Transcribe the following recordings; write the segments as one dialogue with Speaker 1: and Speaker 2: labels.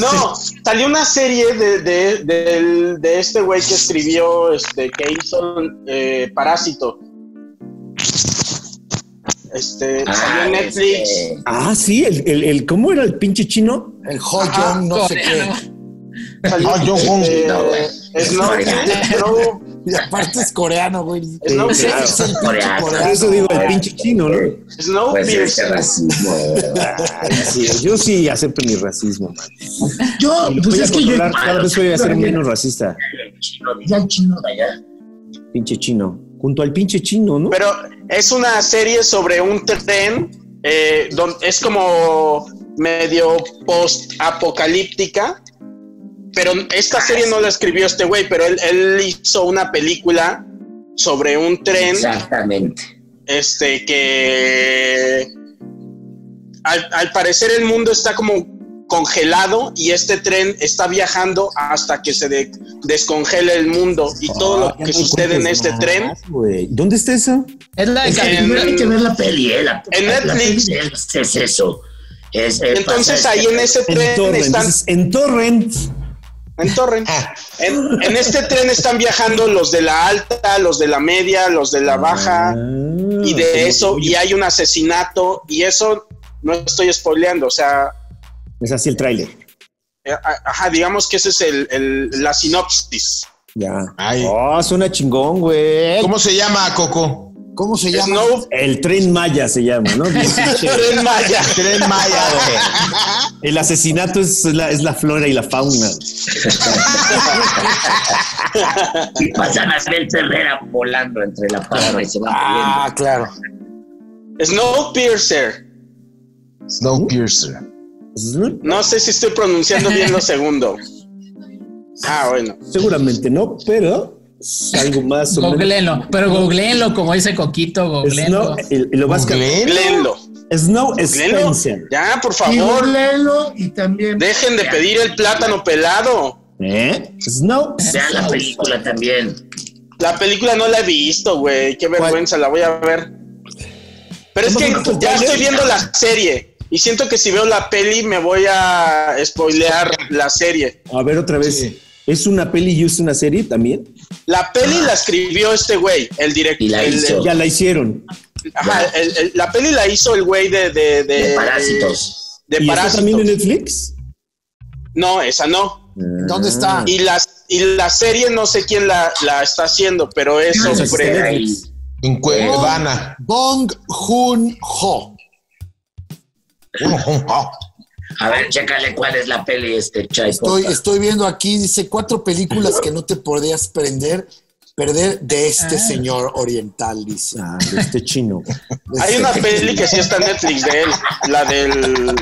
Speaker 1: No, salió una serie de, de, de, de este güey que escribió, este, que hizo eh, Parásito. Este,
Speaker 2: Ah,
Speaker 1: salió en Netflix.
Speaker 2: este,
Speaker 3: Ah, sí, el, el, el- ¿cómo era el pinche chino?
Speaker 4: El Ho Jong, no sé qué.
Speaker 1: Salió,
Speaker 4: Ah, yo,
Speaker 1: este,
Speaker 2: no, güey.
Speaker 1: Snow- Snow-
Speaker 4: Y aparte es coreano, güey.
Speaker 1: Snow-
Speaker 3: Sí, claro.
Speaker 4: Es el pinche
Speaker 2: Coreano.
Speaker 3: Por
Speaker 1: Ah,
Speaker 4: coreano.
Speaker 3: eso digo
Speaker 1: eh,
Speaker 3: el pinche chino, ¿no?
Speaker 2: Pues es
Speaker 1: Snowpiercer.
Speaker 2: racismo, ¿verdad?
Speaker 3: Sí, yo sí acepto mi racismo, man.
Speaker 5: Yo,
Speaker 3: Y lo
Speaker 5: pues
Speaker 3: voy a
Speaker 5: es que yo.
Speaker 3: controlar, cada vez voy a ser menos racista.
Speaker 2: El chino de
Speaker 5: Ya el chino.
Speaker 2: allá.
Speaker 3: Pinche chino. Junto al pinche chino, ¿no?
Speaker 1: Pero es una serie sobre un tren, eh, don- es como medio post-apocalíptica, pero esta serie no la escribió este güey, pero él, él hizo una película sobre un tren
Speaker 2: Exactamente.
Speaker 1: este que al, al parecer el mundo está como congelado y este tren está viajando hasta que se de- descongele el mundo y todo
Speaker 3: Ah,
Speaker 1: lo
Speaker 3: ya
Speaker 1: que
Speaker 3: no
Speaker 1: sucede en
Speaker 3: cuentes
Speaker 1: este
Speaker 3: más,
Speaker 1: tren
Speaker 3: güey. ¿Dónde está eso?
Speaker 5: Es la de
Speaker 1: Es que-
Speaker 5: Capitán.
Speaker 1: En-
Speaker 2: Hay que ver la peli, ¿eh? La,
Speaker 1: en
Speaker 2: la
Speaker 1: Netflix.
Speaker 2: peli es, es eso. Es- es-
Speaker 1: Entonces
Speaker 2: pasa- este
Speaker 1: ahí en ese
Speaker 3: En
Speaker 1: tren
Speaker 3: torrent.
Speaker 1: están
Speaker 3: Entonces, en torrent.
Speaker 1: en torrent.
Speaker 3: Ah.
Speaker 1: En, en este tren están viajando los de la alta, los de la media, los de la baja
Speaker 3: Ah,
Speaker 1: y
Speaker 3: como-
Speaker 1: de eso y hay un asesinato y eso no estoy spoileando, o sea,
Speaker 3: Es así el tráiler.
Speaker 1: eh, a- ajá, digamos que ese es el- el- la sinopsis.
Speaker 3: Ya.
Speaker 4: Ay.
Speaker 3: Oh, suena chingón, güey.
Speaker 6: ¿Cómo se llama, Coco?
Speaker 4: ¿Cómo se llama?
Speaker 1: Snow
Speaker 3: El tren maya se llama, ¿no?
Speaker 1: Tren Maya.
Speaker 6: Tren Maya.
Speaker 3: El asesinato es la, es la flora y la fauna.
Speaker 2: Y pasan a Abel Herrera volando entre la palma y se va
Speaker 4: Ah, claro.
Speaker 1: Snowpiercer.
Speaker 6: Snowpiercer.
Speaker 1: No sé si estoy pronunciando bien lo segundo. Ah, bueno.
Speaker 3: Seguramente no, pero es algo más o menos.
Speaker 5: Googleenlo, pero googleenlo, como dice Coquito, googleenlo.
Speaker 3: Snow, el- lo vas a-
Speaker 1: Glenlo.
Speaker 3: Snow
Speaker 1: Glenlo.
Speaker 3: Spencer.
Speaker 1: Ya, por
Speaker 5: Y
Speaker 1: favor,
Speaker 5: googleenlo y también.
Speaker 1: dejen de pedir el plátano pelado.
Speaker 3: ¿Eh? Snow.
Speaker 2: Vean la película también.
Speaker 1: La película no la he visto, güey. Qué vergüenza, la voy a ver. Pero es que ya estoy viendo la serie. Y siento que si veo la peli me voy a spoilear la serie.
Speaker 3: A ver otra vez. ¿Es una peli y es una serie también?
Speaker 1: La peli la escribió este güey, el
Speaker 2: Y la hizo.
Speaker 1: director.
Speaker 3: Ya la hicieron.
Speaker 1: Ajá, el- el- la peli la hizo el güey de, de, de-
Speaker 2: De parásitos.
Speaker 1: de
Speaker 3: ¿Y está
Speaker 1: Parásitos.
Speaker 3: también en Netflix?
Speaker 1: No, esa no.
Speaker 4: ¿Dónde
Speaker 3: Ah.
Speaker 4: está?
Speaker 1: Y la, y la serie no sé quién la, la está haciendo, pero es
Speaker 3: Ah,
Speaker 2: Eso
Speaker 1: sobre...
Speaker 2: ahí.
Speaker 6: En Cuevana.
Speaker 4: Bong Joon Ho.
Speaker 2: A ver, chécale cuál es la peli este Chai.
Speaker 4: Estoy, estoy viendo aquí, dice cuatro películas que no te podrías prender, perder de este
Speaker 5: Ah.
Speaker 4: señor oriental, dice.
Speaker 3: Ah, de este chino.
Speaker 1: Hay una peli que sí está en Netflix de él, la del...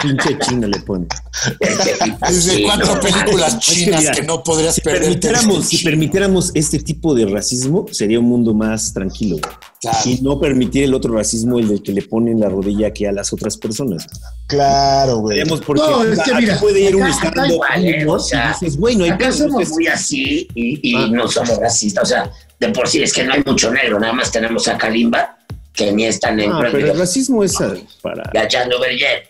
Speaker 3: Pinche chino le pone.
Speaker 4: Dice
Speaker 2: Sí,
Speaker 4: cuatro
Speaker 2: no.
Speaker 4: películas
Speaker 3: que
Speaker 4: chinas
Speaker 3: mira,
Speaker 4: que no podrías
Speaker 3: Si
Speaker 4: perderte. de
Speaker 3: permitiéramos,
Speaker 4: este
Speaker 3: si permitiéramos este tipo de racismo, sería un mundo más tranquilo. güey.
Speaker 4: Claro.
Speaker 3: Y no permitir el otro racismo, el del que le ponen la rodilla aquí a las otras personas.
Speaker 6: Claro, güey.
Speaker 3: Veamos porque
Speaker 5: No, es que
Speaker 3: aquí
Speaker 5: mira,
Speaker 3: puede ir un
Speaker 5: acá-
Speaker 3: estando
Speaker 5: acá
Speaker 2: igual, ¿eh?
Speaker 3: ¿no?
Speaker 2: O sea,
Speaker 3: y dices, güey, no hay
Speaker 2: Acá
Speaker 3: pedo,
Speaker 2: somos
Speaker 3: pues,
Speaker 2: muy así y, y
Speaker 3: Ah.
Speaker 2: no somos racistas. O sea, de por sí es que no hay mucho negro, nada más tenemos a Kalimba, que ni es tan negro.
Speaker 3: Ah, pero el racismo es ah, para.
Speaker 2: y a Chandoverger.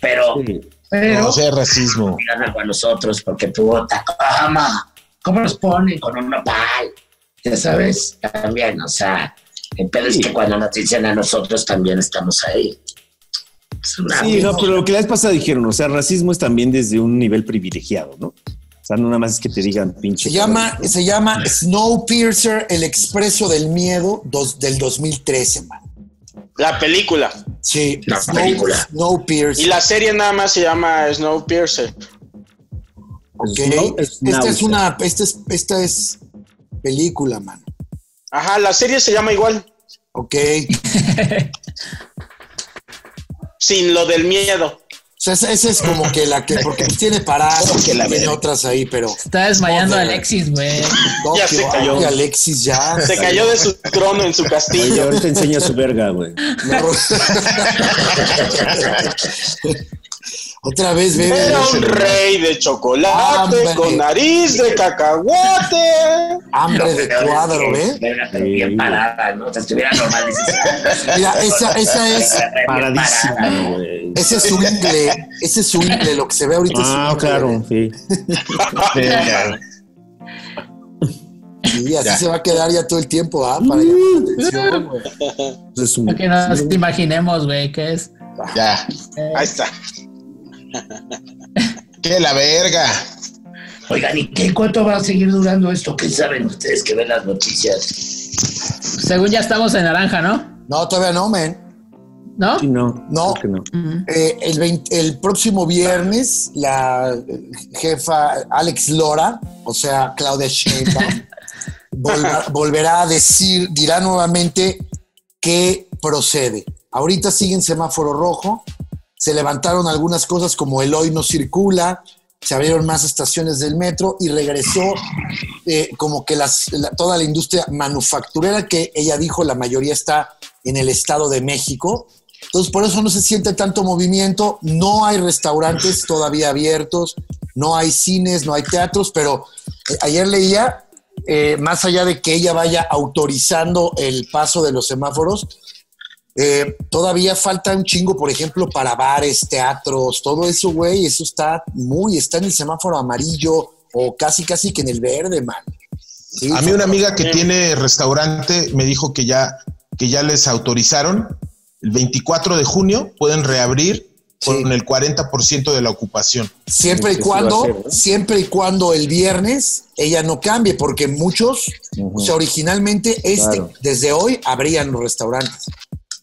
Speaker 2: Pero
Speaker 3: Sí.
Speaker 5: Pero
Speaker 6: No sea racismo.
Speaker 2: digan algo a nosotros, porque puta, ¿cómo? ¿Cómo nos ponen con un nopal? Ya sabes, también, o sea, el pedo es que cuando nos dicen a nosotros también estamos ahí. Es una
Speaker 3: Sí, no, pero lo que la vez pasada dijeron, o sea, racismo es también desde un nivel privilegiado, ¿no? O sea, no nada más es que te digan pinche.
Speaker 4: Se llama,
Speaker 3: cabrón,
Speaker 4: se llama Snowpiercer, el expreso del miedo dos- del 2013, man.
Speaker 1: La película.
Speaker 4: Sí,
Speaker 2: La película.
Speaker 1: Y
Speaker 4: Snowpiercer.
Speaker 1: la serie nada más se llama Snowpiercer.
Speaker 3: ¿no?
Speaker 4: ok.
Speaker 3: Snow es
Speaker 4: Esta es
Speaker 3: náusea.
Speaker 4: una, esta es, esta es película, man.
Speaker 1: Ajá, la serie se llama igual,
Speaker 4: Ok. O
Speaker 1: sin lo del miedo.
Speaker 4: sea, esa, esa es como que la que, porque pues tiene paradas,
Speaker 6: que la
Speaker 4: tiene
Speaker 6: verga.
Speaker 4: otras ahí, pero.
Speaker 5: está desmayando a Alexis, güey.
Speaker 4: No,
Speaker 1: Ya
Speaker 4: que-
Speaker 1: se cayó.
Speaker 4: ay, Alexis ya.
Speaker 1: Se cayó de su trono en su
Speaker 3: Oye,
Speaker 1: castillo.
Speaker 3: ahorita enseña su verga, güey.
Speaker 4: No, Ro- Otra vez, bebé.
Speaker 1: Era un rey de chocolate
Speaker 4: Hombre.
Speaker 1: con nariz de cacahuate.
Speaker 4: Hambre
Speaker 2: Lo
Speaker 4: de
Speaker 2: peor es
Speaker 4: cuadro,
Speaker 2: que
Speaker 4: ¿eh?
Speaker 2: estuviera Bien parada, ¿no? O sea, estuviera normal. dices,
Speaker 4: Mira, esa, esa es.
Speaker 2: bien
Speaker 3: Paradísimo,
Speaker 2: parada, ¿no?
Speaker 3: güey.
Speaker 4: Ese es su ingle, ese es su ingle, lo que se ve ahorita es su
Speaker 3: Ah,
Speaker 4: ingle.
Speaker 3: claro, sí.
Speaker 6: Ah, Venga.
Speaker 4: Y así
Speaker 6: Ya.
Speaker 4: se va a quedar ya todo el tiempo, ¿ah?
Speaker 5: Mm.
Speaker 4: Para llamar la atención, güey.
Speaker 3: Es un-
Speaker 5: Lo que nos imaginemos, güey, que es.
Speaker 6: Ya.
Speaker 5: eh,
Speaker 1: Ahí está.
Speaker 6: ¡Qué la verga!
Speaker 2: Oigan, ¿y qué cuánto va a seguir durando esto? ¿Qué saben ustedes que ven las noticias?
Speaker 5: según ya estamos en naranja, ¿no?
Speaker 4: No, todavía no, men.
Speaker 5: ¿No?
Speaker 3: Sí, no,
Speaker 4: No.
Speaker 3: creo que no.
Speaker 5: Ujú.
Speaker 4: Eh, el, 20 el próximo viernes, la eh, jefa Alex Lora, o sea, Claudia Sheinbaum, volva- volverá a decir, dirá nuevamente que procede. Ahorita sigue en semáforo rojo, se levantaron algunas cosas como el hoy no circula, se abrieron más estaciones del metro y regresó eh, como que las- la- toda la industria manufacturera que ella dijo la mayoría está en el Estado de México. Entonces por eso no se siente tanto movimiento, no hay restaurantes todavía abiertos, no hay cines, no hay teatros, pero eh, ayer leía, eh, más allá de que ella vaya autorizando el paso de los semáforos, eh, todavía falta un chingo, por ejemplo, para bares, teatros, todo eso, güey. Eso está muy, está en el semáforo amarillo o casi, casi que en el verde, man. Sí,
Speaker 6: A mí una amiga que tiene restaurante me dijo que ya, que ya les autorizaron el 24 de junio pueden reabrir con el 40% de la ocupación.
Speaker 4: Siempre y
Speaker 3: Sí, sí va a
Speaker 4: cuando,
Speaker 3: ser, ¿no?
Speaker 4: siempre y cuando el viernes ella no cambie, porque muchos, o sea, originalmente este,
Speaker 3: Claro.
Speaker 4: desde hoy abrían los restaurantes,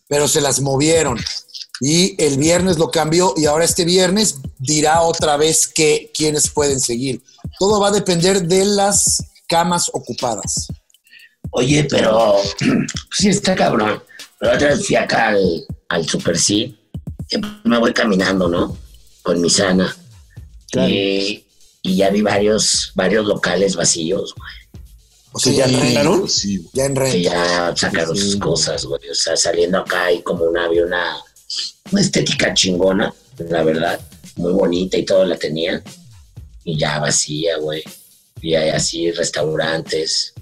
Speaker 4: pero se las movieron y el viernes lo cambió y ahora este viernes dirá otra vez que quienes pueden seguir. Todo va a depender de las camas ocupadas.
Speaker 2: Oye, pero sí está cabrón. Pero otra vez fui acá al, al Super C, que me voy caminando, ¿no? Con mi sana.
Speaker 3: Claro.
Speaker 2: Y, y ya vi varios, varios locales vacíos, güey,
Speaker 4: O sea,
Speaker 3: ¿Que
Speaker 4: ya
Speaker 3: ya
Speaker 4: en renta.
Speaker 3: arrancaron?
Speaker 6: Sí,
Speaker 4: Ya en
Speaker 2: que
Speaker 4: renta.
Speaker 2: ya sacaron sus cosas, güey. O sea, saliendo acá hay como una, había una, una estética chingona, la verdad, muy bonita y todo la tenía. Y ya vacía, güey. Y hay así restaurantes.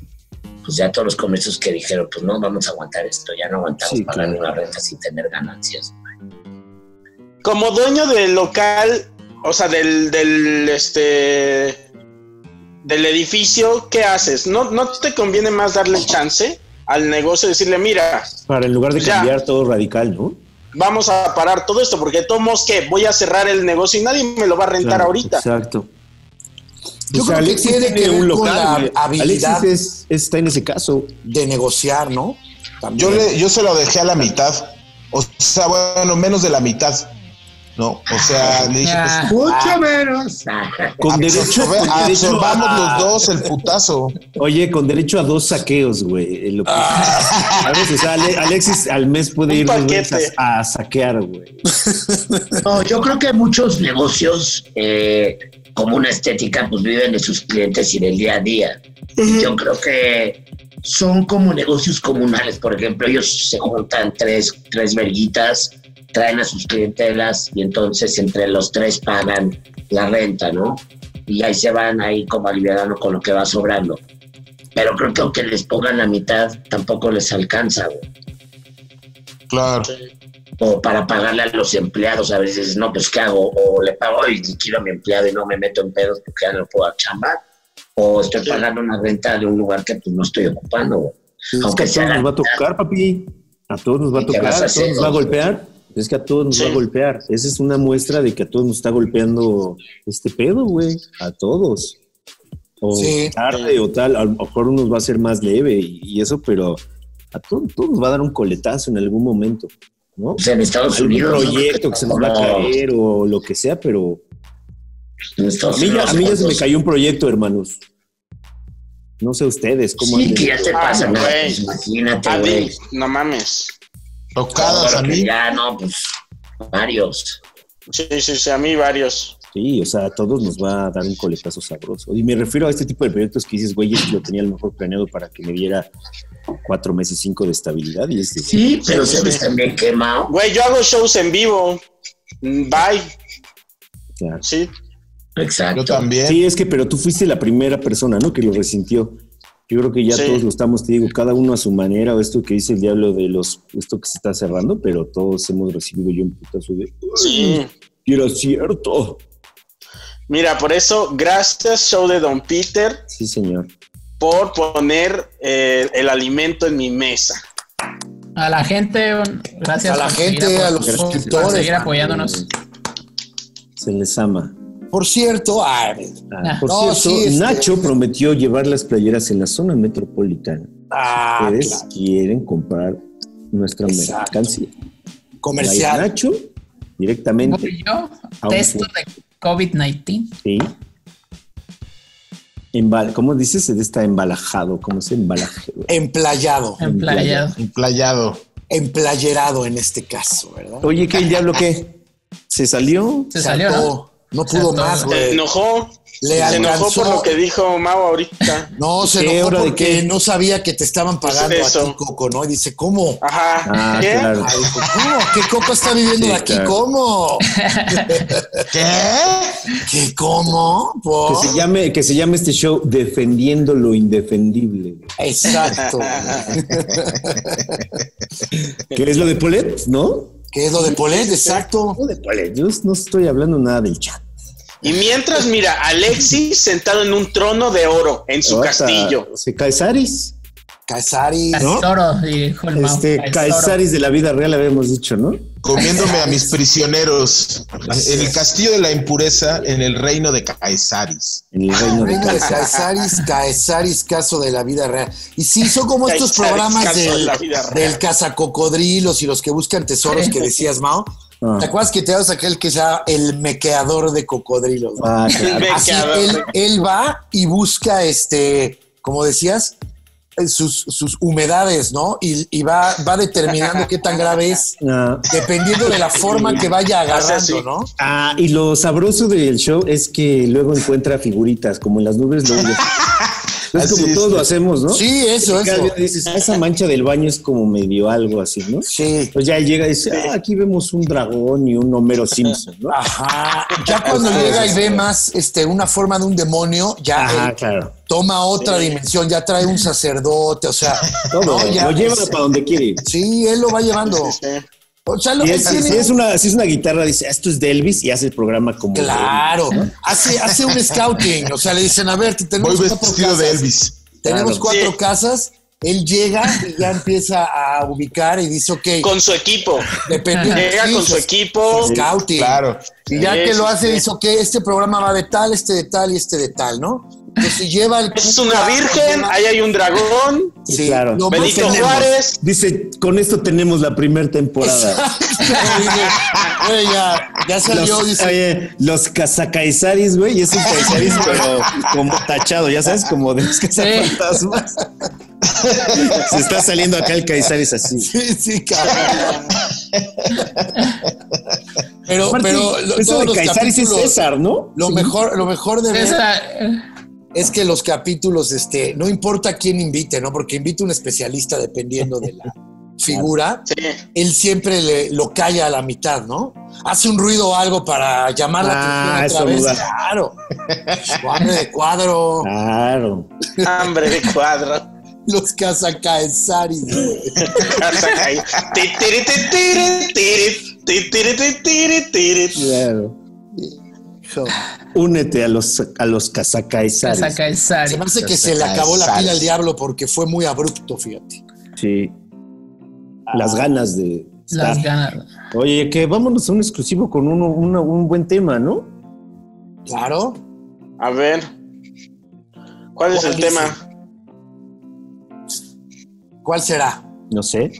Speaker 2: Pues ya todos los comercios que dijeron, pues no, vamos a aguantar esto, ya no aguantamos
Speaker 3: Sí,
Speaker 2: pagar
Speaker 3: claro.
Speaker 2: una renta sin tener ganancias.
Speaker 1: Como dueño del local, o sea, del, del, este, del edificio, ¿qué haces? ¿No, ¿No te conviene más darle chance al negocio y decirle, mira,
Speaker 3: Para en lugar de
Speaker 1: Ya.
Speaker 3: cambiar todo radical, ¿no?
Speaker 1: vamos a parar todo esto, porque de todos modos, ¿qué? voy a cerrar el negocio y nadie me lo va a rentar
Speaker 3: Claro,
Speaker 1: ahorita.
Speaker 3: Exacto. Pues
Speaker 4: Yo creo que tiene que ver con la
Speaker 3: güey.
Speaker 4: habilidad.
Speaker 3: Alexis es- está en ese caso.
Speaker 4: De negociar, ¿no?
Speaker 6: Yo,
Speaker 4: También.
Speaker 6: le, yo se lo dejé a la mitad. O sea, bueno, menos de la mitad. No, o sea, le dije, pues,
Speaker 5: Ya.
Speaker 7: Mucho menos.
Speaker 3: Con derecho,
Speaker 6: absorbe-
Speaker 4: ¿eh?
Speaker 3: con derecho
Speaker 6: absorbamos
Speaker 3: a-
Speaker 6: los dos el putazo.
Speaker 3: Oye, con derecho a dos saqueos, güey. eh, lo que-
Speaker 4: Ah.
Speaker 3: A veces, o sea, Ale- Alexis al mes puede
Speaker 1: Un
Speaker 3: ir dos veces
Speaker 1: paquete.
Speaker 3: a, a saquear, güey.
Speaker 2: No, yo creo que muchos negocios, eh, como una estética, pues viven de sus clientes y del día a día. Y Yo creo que son como negocios comunales, por ejemplo, ellos se juntan tres, tres verguitas, traen a sus clientelas y entonces entre los tres pagan la renta, ¿no? Y ahí se van ahí como aliviando con lo que va sobrando. Pero creo que aunque les pongan la mitad, tampoco les alcanza, güey
Speaker 6: Claro.
Speaker 2: o para pagarle a los empleados. A veces, no, pues ¿qué hago? O le pago y quiero a mi empleado y no me meto en pedos porque ya no puedo chambar. O estoy pagando una renta de un lugar que pues, no estoy ocupando. güey.
Speaker 3: Es que
Speaker 2: Aunque
Speaker 3: a
Speaker 2: sea
Speaker 3: todos
Speaker 2: la
Speaker 3: nos va a tocar, papi. A todos nos va a
Speaker 2: ¿Y qué
Speaker 3: tocar, a
Speaker 2: vas a
Speaker 3: todos
Speaker 2: hacer,
Speaker 3: nos va a
Speaker 2: güey?
Speaker 3: golpear. Es que a todos nos
Speaker 1: Sí.
Speaker 3: va a golpear. Esa es una muestra de que a todos nos está golpeando este pedo, güey. A todos. O
Speaker 4: Sí.
Speaker 3: tarde o tal. A lo mejor unos va a ser más leve y, y eso, pero a todos, todos nos va a dar un coletazo en algún momento, ¿no?
Speaker 2: Pues, en Estados
Speaker 3: Algún
Speaker 2: Unidos.
Speaker 3: proyecto que se nos va a
Speaker 2: como-
Speaker 3: caer o lo que sea, pero
Speaker 2: en
Speaker 3: a
Speaker 2: Estados
Speaker 3: mí ya,
Speaker 2: Unidos, pues,
Speaker 3: a mí ya se me
Speaker 2: cuando-
Speaker 3: cayó un proyecto, hermanos. No sé ustedes cómo
Speaker 2: Sí,
Speaker 3: anden.
Speaker 2: que ya te
Speaker 1: Ah,
Speaker 2: pasa, ¿no?
Speaker 1: güey.
Speaker 2: Pues, imagínate,
Speaker 1: A
Speaker 2: güey.
Speaker 1: ti, no mames.
Speaker 6: Tocadas a
Speaker 2: Pero que
Speaker 6: mí.
Speaker 2: Ya, no, pues varios.
Speaker 1: Sí, sí, sí, a mí varios.
Speaker 3: Sí, o sea, a todos nos va a dar un coletazo sabroso. Y me refiero a este tipo de proyectos que dices, güey, este lo tenía a lo mejor planeado para que me diera cuatro meses, cinco de estabilidad. Y es de,
Speaker 2: Sí, pero
Speaker 1: sí,
Speaker 2: se
Speaker 1: sí.
Speaker 2: ves también quemado.
Speaker 1: Güey, yo hago shows en vivo. Mm, Bye,
Speaker 3: claro.
Speaker 1: sí.
Speaker 6: Yo
Speaker 2: Exacto.
Speaker 6: también.
Speaker 3: Sí, es que, pero tú fuiste la primera persona, ¿no? Que lo resintió. Yo creo que ya
Speaker 1: Sí.
Speaker 3: todos lo estamos, te digo, cada uno a su manera, o esto que dice el diablo de los, esto que se está cerrando, pero todos hemos recibido yo un putazo de,
Speaker 1: Sí.
Speaker 3: "Y era cierto.
Speaker 1: Mira, por eso, gracias, show de Don Peter,
Speaker 3: Sí, señor.
Speaker 1: por poner eh, el alimento en mi mesa.
Speaker 5: A la gente, un- gracias.
Speaker 4: A la
Speaker 5: por seguir
Speaker 4: gente,
Speaker 5: apo-
Speaker 4: a los
Speaker 5: por
Speaker 4: suscriptores.
Speaker 5: seguir apoyándonos.
Speaker 3: Se les ama.
Speaker 4: Por cierto, ay,
Speaker 3: Ah, por cierto,
Speaker 4: No, sí, este-
Speaker 3: Nacho prometió llevar las playeras en la zona metropolitana.
Speaker 4: ah,
Speaker 3: Ustedes
Speaker 4: claro,
Speaker 3: quieren comprar nuestra
Speaker 4: Exacto.
Speaker 3: mercancía. Vaya
Speaker 4: comercial.
Speaker 3: Nacho, directamente.
Speaker 5: Voy yo,
Speaker 3: A un
Speaker 5: testo
Speaker 3: punto.
Speaker 5: de COVID-19.
Speaker 3: Sí. Embal- ¿Cómo dices? Está embalajado. ¿Cómo se embalaje? güey?
Speaker 4: Emplayado,
Speaker 5: Emplayado.
Speaker 6: Emplayado.
Speaker 4: emplayerado en este caso, ¿verdad?
Speaker 3: Oye, ¿qué el diablo qué? ¿Se salió?
Speaker 5: Se salió, ¿no?
Speaker 4: hartó, no pudo
Speaker 5: Se
Speaker 4: más,
Speaker 5: hartó.
Speaker 1: Se
Speaker 4: güey.
Speaker 1: enojó.
Speaker 4: Le
Speaker 1: se enojó
Speaker 4: alcanzó.
Speaker 1: por lo que dijo Mau ahorita.
Speaker 4: No, se
Speaker 3: ¿Qué?
Speaker 4: enojó
Speaker 3: ¿Hora de
Speaker 4: porque
Speaker 3: qué?
Speaker 4: no sabía que te estaban pagando
Speaker 1: Pues
Speaker 4: a
Speaker 1: eso.
Speaker 4: ti, Coco, ¿no? Y dice, ¿cómo?
Speaker 1: Ajá.
Speaker 3: Ah,
Speaker 1: ¿Qué?
Speaker 3: claro.
Speaker 4: Ay, dijo, ¿Cómo? ¿Qué Coco está viviendo
Speaker 3: Sí,
Speaker 4: de aquí?
Speaker 3: claro.
Speaker 4: ¿Cómo?
Speaker 6: ¿Qué?
Speaker 4: ¿Qué cómo?
Speaker 3: Que
Speaker 4: ¿Por?
Speaker 3: se llame, que se llame este show Defendiendo lo Indefendible. güey.
Speaker 4: Exacto.
Speaker 3: ¿Qué es lo de Polet? ¿No?
Speaker 4: ¿Qué es lo de Polet? Exacto.
Speaker 3: Lo de Polet. Yo no estoy hablando nada del chat.
Speaker 1: Y mientras, mira, Alexis sentado en un trono de oro en su
Speaker 3: Ahorita
Speaker 1: castillo.
Speaker 3: Se Caesaris.
Speaker 4: Caesari.
Speaker 5: Caizoro, dijo el Mau.
Speaker 3: Este,
Speaker 5: Caizoro.
Speaker 3: Caesaris de la vida real habíamos dicho, ¿no?
Speaker 6: Comiéndome a mis prisioneros en el castillo de la impureza, en el reino de Caesaris.
Speaker 3: En el reino de
Speaker 4: Ah, Venga de
Speaker 3: Caesaris.
Speaker 4: Caesaris, Caesaris, caso de la vida real. Y sí, son como estos
Speaker 1: Caesaris,
Speaker 4: programas
Speaker 1: caso de
Speaker 4: del,
Speaker 1: la vida real.
Speaker 4: del cazacocodrilos y los que buscan tesoros que decías, Mao.
Speaker 3: Ah.
Speaker 4: ¿Te acuerdas que te dabas aquel que sea el mequeador de cocodrilos? no?
Speaker 3: Ah, claro.
Speaker 4: Así
Speaker 1: Mequeador.
Speaker 4: él, él va y busca, este, como decías, eh, sus, sus humedades, ¿no? Y, y va, va determinando qué tan grave es,
Speaker 3: Ah.
Speaker 4: dependiendo de la forma que vaya
Speaker 1: Hace así.
Speaker 4: agarrando, ¿no?
Speaker 3: Ah, y lo sabroso del show es que luego encuentra figuritas, como en las nubes lo Es
Speaker 6: Así
Speaker 3: como
Speaker 6: es.
Speaker 3: todos lo hacemos, ¿no?
Speaker 4: Sí, eso,
Speaker 3: Cada
Speaker 4: eso.
Speaker 3: día dices, "Ah, esa mancha del baño es como medio algo así, ¿no?
Speaker 4: Sí.
Speaker 3: Pues ya llega y dice, ah, aquí vemos un dragón y un Homero Simpson, ¿no?
Speaker 4: Ajá. Ya cuando llega y ve más este, una forma de un demonio, ya
Speaker 3: Ajá,
Speaker 4: él
Speaker 3: claro.
Speaker 4: toma otra dimensión, ya trae un sacerdote, o sea,
Speaker 3: Todo,
Speaker 4: no,
Speaker 3: lo
Speaker 4: ya,
Speaker 3: lleva
Speaker 4: pues,
Speaker 3: para donde quiere.
Speaker 4: sí, él lo va llevando. O sea, lo
Speaker 3: Y
Speaker 4: él
Speaker 3: es-
Speaker 4: tiene-
Speaker 3: si, es una, si es una guitarra, dice, "Ah, esto es de Elvis y hace el programa como... de
Speaker 4: Claro, hace, hace un scouting, o sea, le dicen, a ver, te
Speaker 6: Voy
Speaker 4: tenemos cuatro
Speaker 6: vestido
Speaker 4: casas,
Speaker 6: de Elvis.
Speaker 4: tenemos
Speaker 3: Claro.
Speaker 4: cuatro
Speaker 1: Sí.
Speaker 4: casas, él llega y ya empieza a ubicar y dice, ok,
Speaker 1: Con su equipo.
Speaker 4: dependiendo
Speaker 1: Llega
Speaker 4: sí,
Speaker 1: con su equipo.
Speaker 4: scouting,
Speaker 6: Claro.
Speaker 4: y ya
Speaker 1: Sí,
Speaker 4: que lo
Speaker 1: sí,
Speaker 4: hace,
Speaker 1: sí.
Speaker 4: dice, ok, este programa va de tal, este de tal y este de tal, ¿no? Entonces lleva el...
Speaker 1: Es una virgen, ahí hay un dragón.
Speaker 3: Sí, claro.
Speaker 4: lo más
Speaker 1: Benito
Speaker 4: tenemos.
Speaker 1: Juárez.
Speaker 3: Dice, con esto tenemos la primera temporada.
Speaker 4: Dice, güey, ya, ya salió,
Speaker 3: Los,
Speaker 4: dice,
Speaker 3: oye, los casacaizaris, güey, y es un caizaris, pero como tachado, ya sabes, como de los cazafantasmas. Se está saliendo acá el caizaris así.
Speaker 4: Sí, sí, cabrón. Pero,
Speaker 3: Aparte,
Speaker 4: pero lo-
Speaker 3: eso
Speaker 4: todos
Speaker 3: de
Speaker 4: los
Speaker 3: caizaris es
Speaker 4: capítulos,
Speaker 3: César, ¿no?
Speaker 4: lo mejor, lo mejor de ver
Speaker 5: Esa, eh,
Speaker 4: es que los capítulos, este, no importa quién invite, ¿no? Porque invita un especialista dependiendo de la figura,
Speaker 1: Sí.
Speaker 4: él siempre le, lo calla a la mitad, ¿no? Hace un ruido o algo para llamar la
Speaker 3: Ah,
Speaker 4: atención otra
Speaker 3: eso
Speaker 4: vez.
Speaker 3: no da.
Speaker 4: Claro. Su hambre de cuadro,
Speaker 3: Ah. Claro.
Speaker 1: Hambre de cuadro.
Speaker 4: los cazacaesaris. güey.
Speaker 1: Hasta ahí. Ti, tiri, ti, tiri, tiri, ti, tiri, ti, tiri, tiri.
Speaker 3: Claro.
Speaker 4: Hijo.
Speaker 3: Únete a los, a los casacaizaris.
Speaker 5: esa Caizari.
Speaker 4: Se me hace que se le acabó la pila al diablo porque fue muy abrupto, fíjate.
Speaker 3: Sí. Las ganas de.
Speaker 5: Las
Speaker 3: estar.
Speaker 5: ganas.
Speaker 3: Oye, que vámonos a un exclusivo con uno, uno- un buen tema, ¿no?
Speaker 4: Claro.
Speaker 1: A ver. ¿Cuál es el
Speaker 4: ¿Cuál es
Speaker 1: tema?
Speaker 4: ¿Cuál será?
Speaker 3: No sé.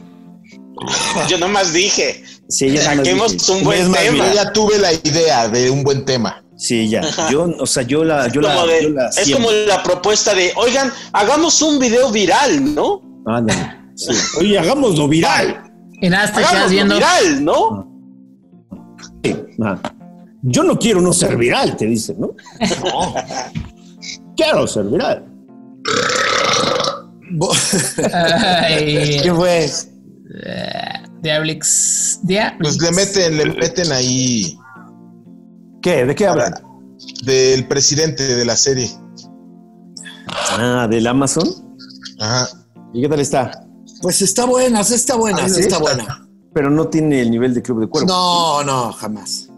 Speaker 1: Yo nomás dije.
Speaker 3: Sí, ya nada más
Speaker 1: Saquemos
Speaker 3: dije.
Speaker 1: un buen
Speaker 3: Es más,
Speaker 1: tema.
Speaker 6: Yo
Speaker 3: mira,
Speaker 6: ya tuve la idea de un buen tema.
Speaker 3: Sí, ya. Yo, o sea, yo la, yo la,
Speaker 1: Como de-
Speaker 3: yo la
Speaker 1: es
Speaker 3: siembro.
Speaker 1: como la propuesta de, oigan, hagamos un video viral, ¿no?
Speaker 3: Ándale. Ah, Sí. Oye, hagámoslo viral.
Speaker 5: Y nada, te quedas
Speaker 1: Hagámoslo
Speaker 5: viendo.
Speaker 1: viral, ¿no?
Speaker 3: Sí. Ajá. Yo no quiero no ser viral, te dicen, ¿no? No. Quiero ser viral.
Speaker 4: Bo-
Speaker 5: Ay, eh,
Speaker 3: fue?
Speaker 5: Diablix. Diablix.
Speaker 6: Pues le meten, le meten ahí
Speaker 3: ¿Qué? ¿De qué hablan?
Speaker 6: del presidente de la serie.
Speaker 3: Ah, del Amazon.
Speaker 6: Ajá.
Speaker 3: ¿Y qué tal está?
Speaker 4: Pues está buena, sí está buena,
Speaker 3: Ay,
Speaker 4: sí
Speaker 3: ¿sí?
Speaker 4: está buena.
Speaker 3: Pero no tiene el nivel de Club de Cuervos.
Speaker 4: No, no, jamás.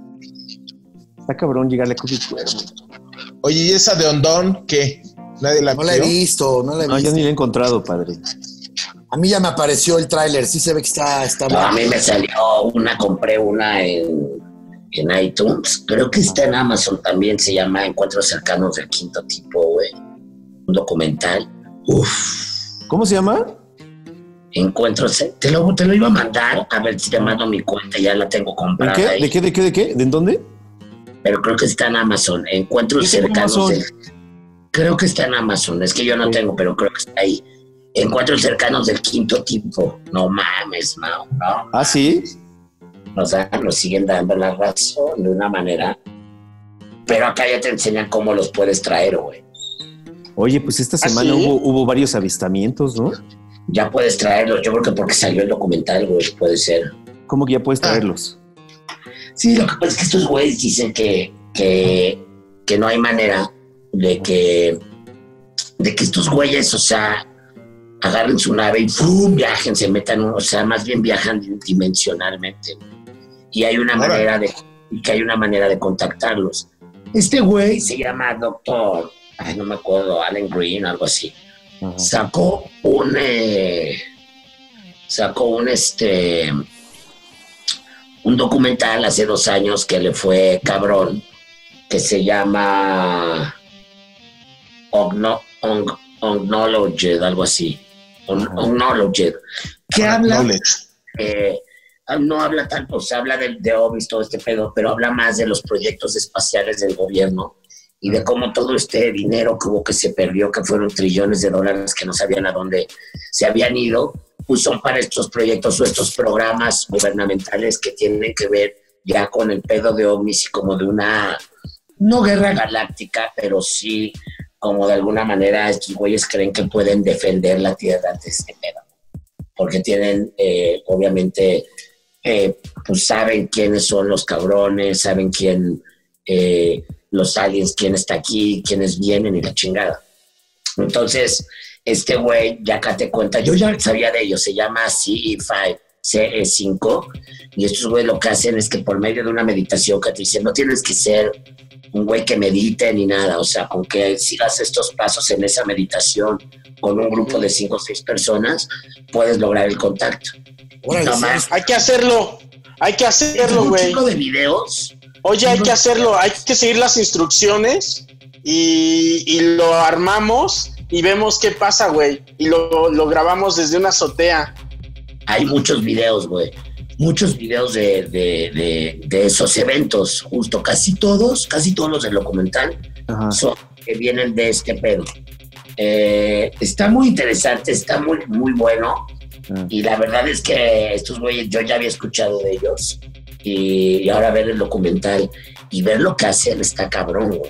Speaker 3: Está cabrón llegarle a Club de Cuervos.
Speaker 6: Oye, ¿y esa de Ondón qué? Nadie la
Speaker 4: No la he
Speaker 6: vio?
Speaker 4: visto, no la he
Speaker 3: No, yo
Speaker 4: visto.
Speaker 3: Ah, ni la he encontrado, padre.
Speaker 4: A mí ya me apareció el tráiler, sí se ve que está, está
Speaker 2: No, a
Speaker 4: buena.
Speaker 2: mí me salió una, compré una en, en iTunes. Creo que está en Amazon también, se llama Encuentros cercanos del quinto tipo, güey. Un documental. Uf,
Speaker 3: ¿Cómo se llama?
Speaker 2: Encuentros. ce- Te lo, te lo iba a mandar, a ver si te mando mi cuenta, ya la tengo
Speaker 3: ¿En
Speaker 2: comprada.
Speaker 3: qué?
Speaker 2: ahí.
Speaker 3: ¿De qué? ¿De qué? ¿De qué? ¿De en dónde?
Speaker 2: Pero creo que está en Amazon. Encuentros
Speaker 3: ¿Es en
Speaker 2: cercanos
Speaker 3: Amazon?
Speaker 2: del. Creo que está en Amazon, es que yo no
Speaker 3: Sí.
Speaker 2: tengo, pero creo que está ahí. Encuentros cercanos del quinto tipo. No mames, Mao, no.
Speaker 3: Ah, sí.
Speaker 2: nos, dan- nos siguen dando la razón de una manera. Pero acá ya te enseñan cómo los puedes traer, güey.
Speaker 3: Oye, pues esta
Speaker 1: ¿Ah,
Speaker 3: semana
Speaker 1: sí?
Speaker 3: hubo, hubo varios avistamientos, ¿no?
Speaker 2: Ya puedes traerlos, yo creo que porque salió el documental, güey, puede ser.
Speaker 3: ¿Cómo que ya puedes traerlos?
Speaker 2: Sí, lo que pasa es que estos güeyes dicen que, que, que no hay manera de que, de que estos güeyes, o sea, agarren su nave y ¡fum! viajen, se metan, o sea, más bien viajan dimensionalmente. Y hay una
Speaker 6: Órale.
Speaker 2: manera de, y que hay una manera de contactarlos. Este güey se llama Doctor, ay, no me acuerdo, Allen Green, algo así.
Speaker 3: Ajá.
Speaker 2: Sacó un, eh, sacó un, este, un documental hace dos años que le fue cabrón, que se llama Ogno- Ong- Ognologed, algo así. On-
Speaker 3: Ajá.
Speaker 2: Ognologed. Que
Speaker 6: Ah,
Speaker 2: habla,
Speaker 6: knowledge.
Speaker 2: eh, no habla tanto, o sea, habla de, de OVNIs, todo este pedo, pero habla más de los proyectos espaciales del gobierno y de cómo todo este dinero que hubo que se perdió, que fueron trillones de dólares que no sabían a dónde se habían ido, pues son para estos proyectos o estos programas gubernamentales que tienen que ver ya con el pedo de ovnis y como de una, no guerra galáctica, pero sí como de alguna manera estos güeyes creen que pueden defender la Tierra ante este pedo. Porque tienen, eh, obviamente, eh, pues saben quiénes son los cabrones, saben quién, eh, los aliens, quién está aquí, quiénes vienen y la chingada. Entonces, este güey ya acá te cuenta, yo ya sabía de ellos, se llama CE5, CE5, y estos güeyes lo que hacen es que por medio de una meditación que te dicen, no tienes que ser un güey que medite ni nada, o sea, con que sigas estos pasos en esa meditación con un grupo de cinco o seis personas, puedes lograr el contacto.
Speaker 4: Órale,
Speaker 2: No
Speaker 4: sí.
Speaker 2: más.
Speaker 1: Hay que hacerlo. Hay que hacerlo,
Speaker 2: un
Speaker 1: güey.
Speaker 2: chico de videos
Speaker 1: Oye, hay que hacerlo. Hay que seguir las instrucciones y, y lo armamos y vemos qué pasa, güey. Y lo, lo grabamos desde una azotea.
Speaker 2: hay muchos videos, güey. Muchos videos de, de- de- de esos eventos, justo. Casi todos, casi todos los del documental
Speaker 3: Ajá.
Speaker 2: son que vienen de este pedo. Eh, está muy interesante, está muy, muy bueno.
Speaker 3: Ah.
Speaker 2: Y la verdad es que estos güeyes, yo ya había escuchado de ellos. Y, y ahora ver el documental y ver lo que hacen está cabrón, güey.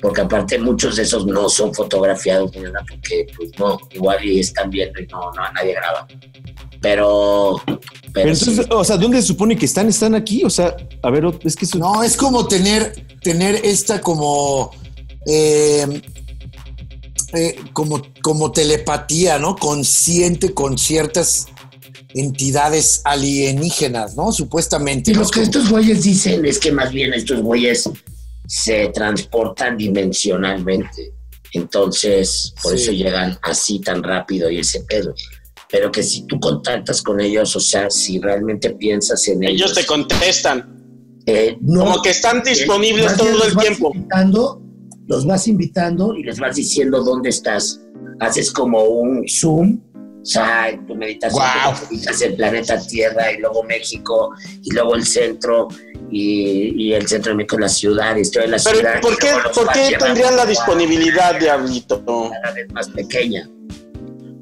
Speaker 2: Porque aparte muchos de esos no son fotografiados, ni nada, porque pues no, igual y están viendo y no, no, nadie graba. Pero...
Speaker 3: Pero
Speaker 2: Pero, sí.
Speaker 3: entonces, o sea, ¿dónde se supone que están? ¿Están aquí? O sea, a ver, es que eso...
Speaker 4: No, es como tener, tener esta como, eh, eh, como, como telepatía, ¿no? Consciente con ciertas entidades alienígenas, ¿no? Supuestamente.
Speaker 2: Y
Speaker 4: ¿no?
Speaker 2: lo que estos güeyes dicen es que más bien estos güeyes se transportan dimensionalmente. Entonces, por
Speaker 4: Sí.
Speaker 2: eso llegan así tan rápido y ese pedo. Pero que si tú contactas con ellos, o sea, si realmente piensas en ellos.
Speaker 1: Ellos te contestan.
Speaker 2: eh, no,
Speaker 1: Como que están disponibles
Speaker 2: más bien
Speaker 1: todo
Speaker 2: los
Speaker 1: el
Speaker 2: vas
Speaker 1: tiempo.
Speaker 2: invitando, los vas invitando y les vas diciendo dónde estás. Haces como un zoom, o sea, en tu meditación
Speaker 6: Guau.
Speaker 2: te ubicas el planeta Tierra y luego México y luego el centro y, y el centro de México, la ciudad, y estoy en la
Speaker 1: Pero
Speaker 2: ciudad.
Speaker 1: ¿por
Speaker 2: y
Speaker 1: qué,
Speaker 2: luego los
Speaker 1: ¿por
Speaker 2: vas
Speaker 1: qué
Speaker 2: llevando
Speaker 1: tendrían la
Speaker 2: a-
Speaker 1: disponibilidad, Diablito?
Speaker 2: Cada vez más pequeña.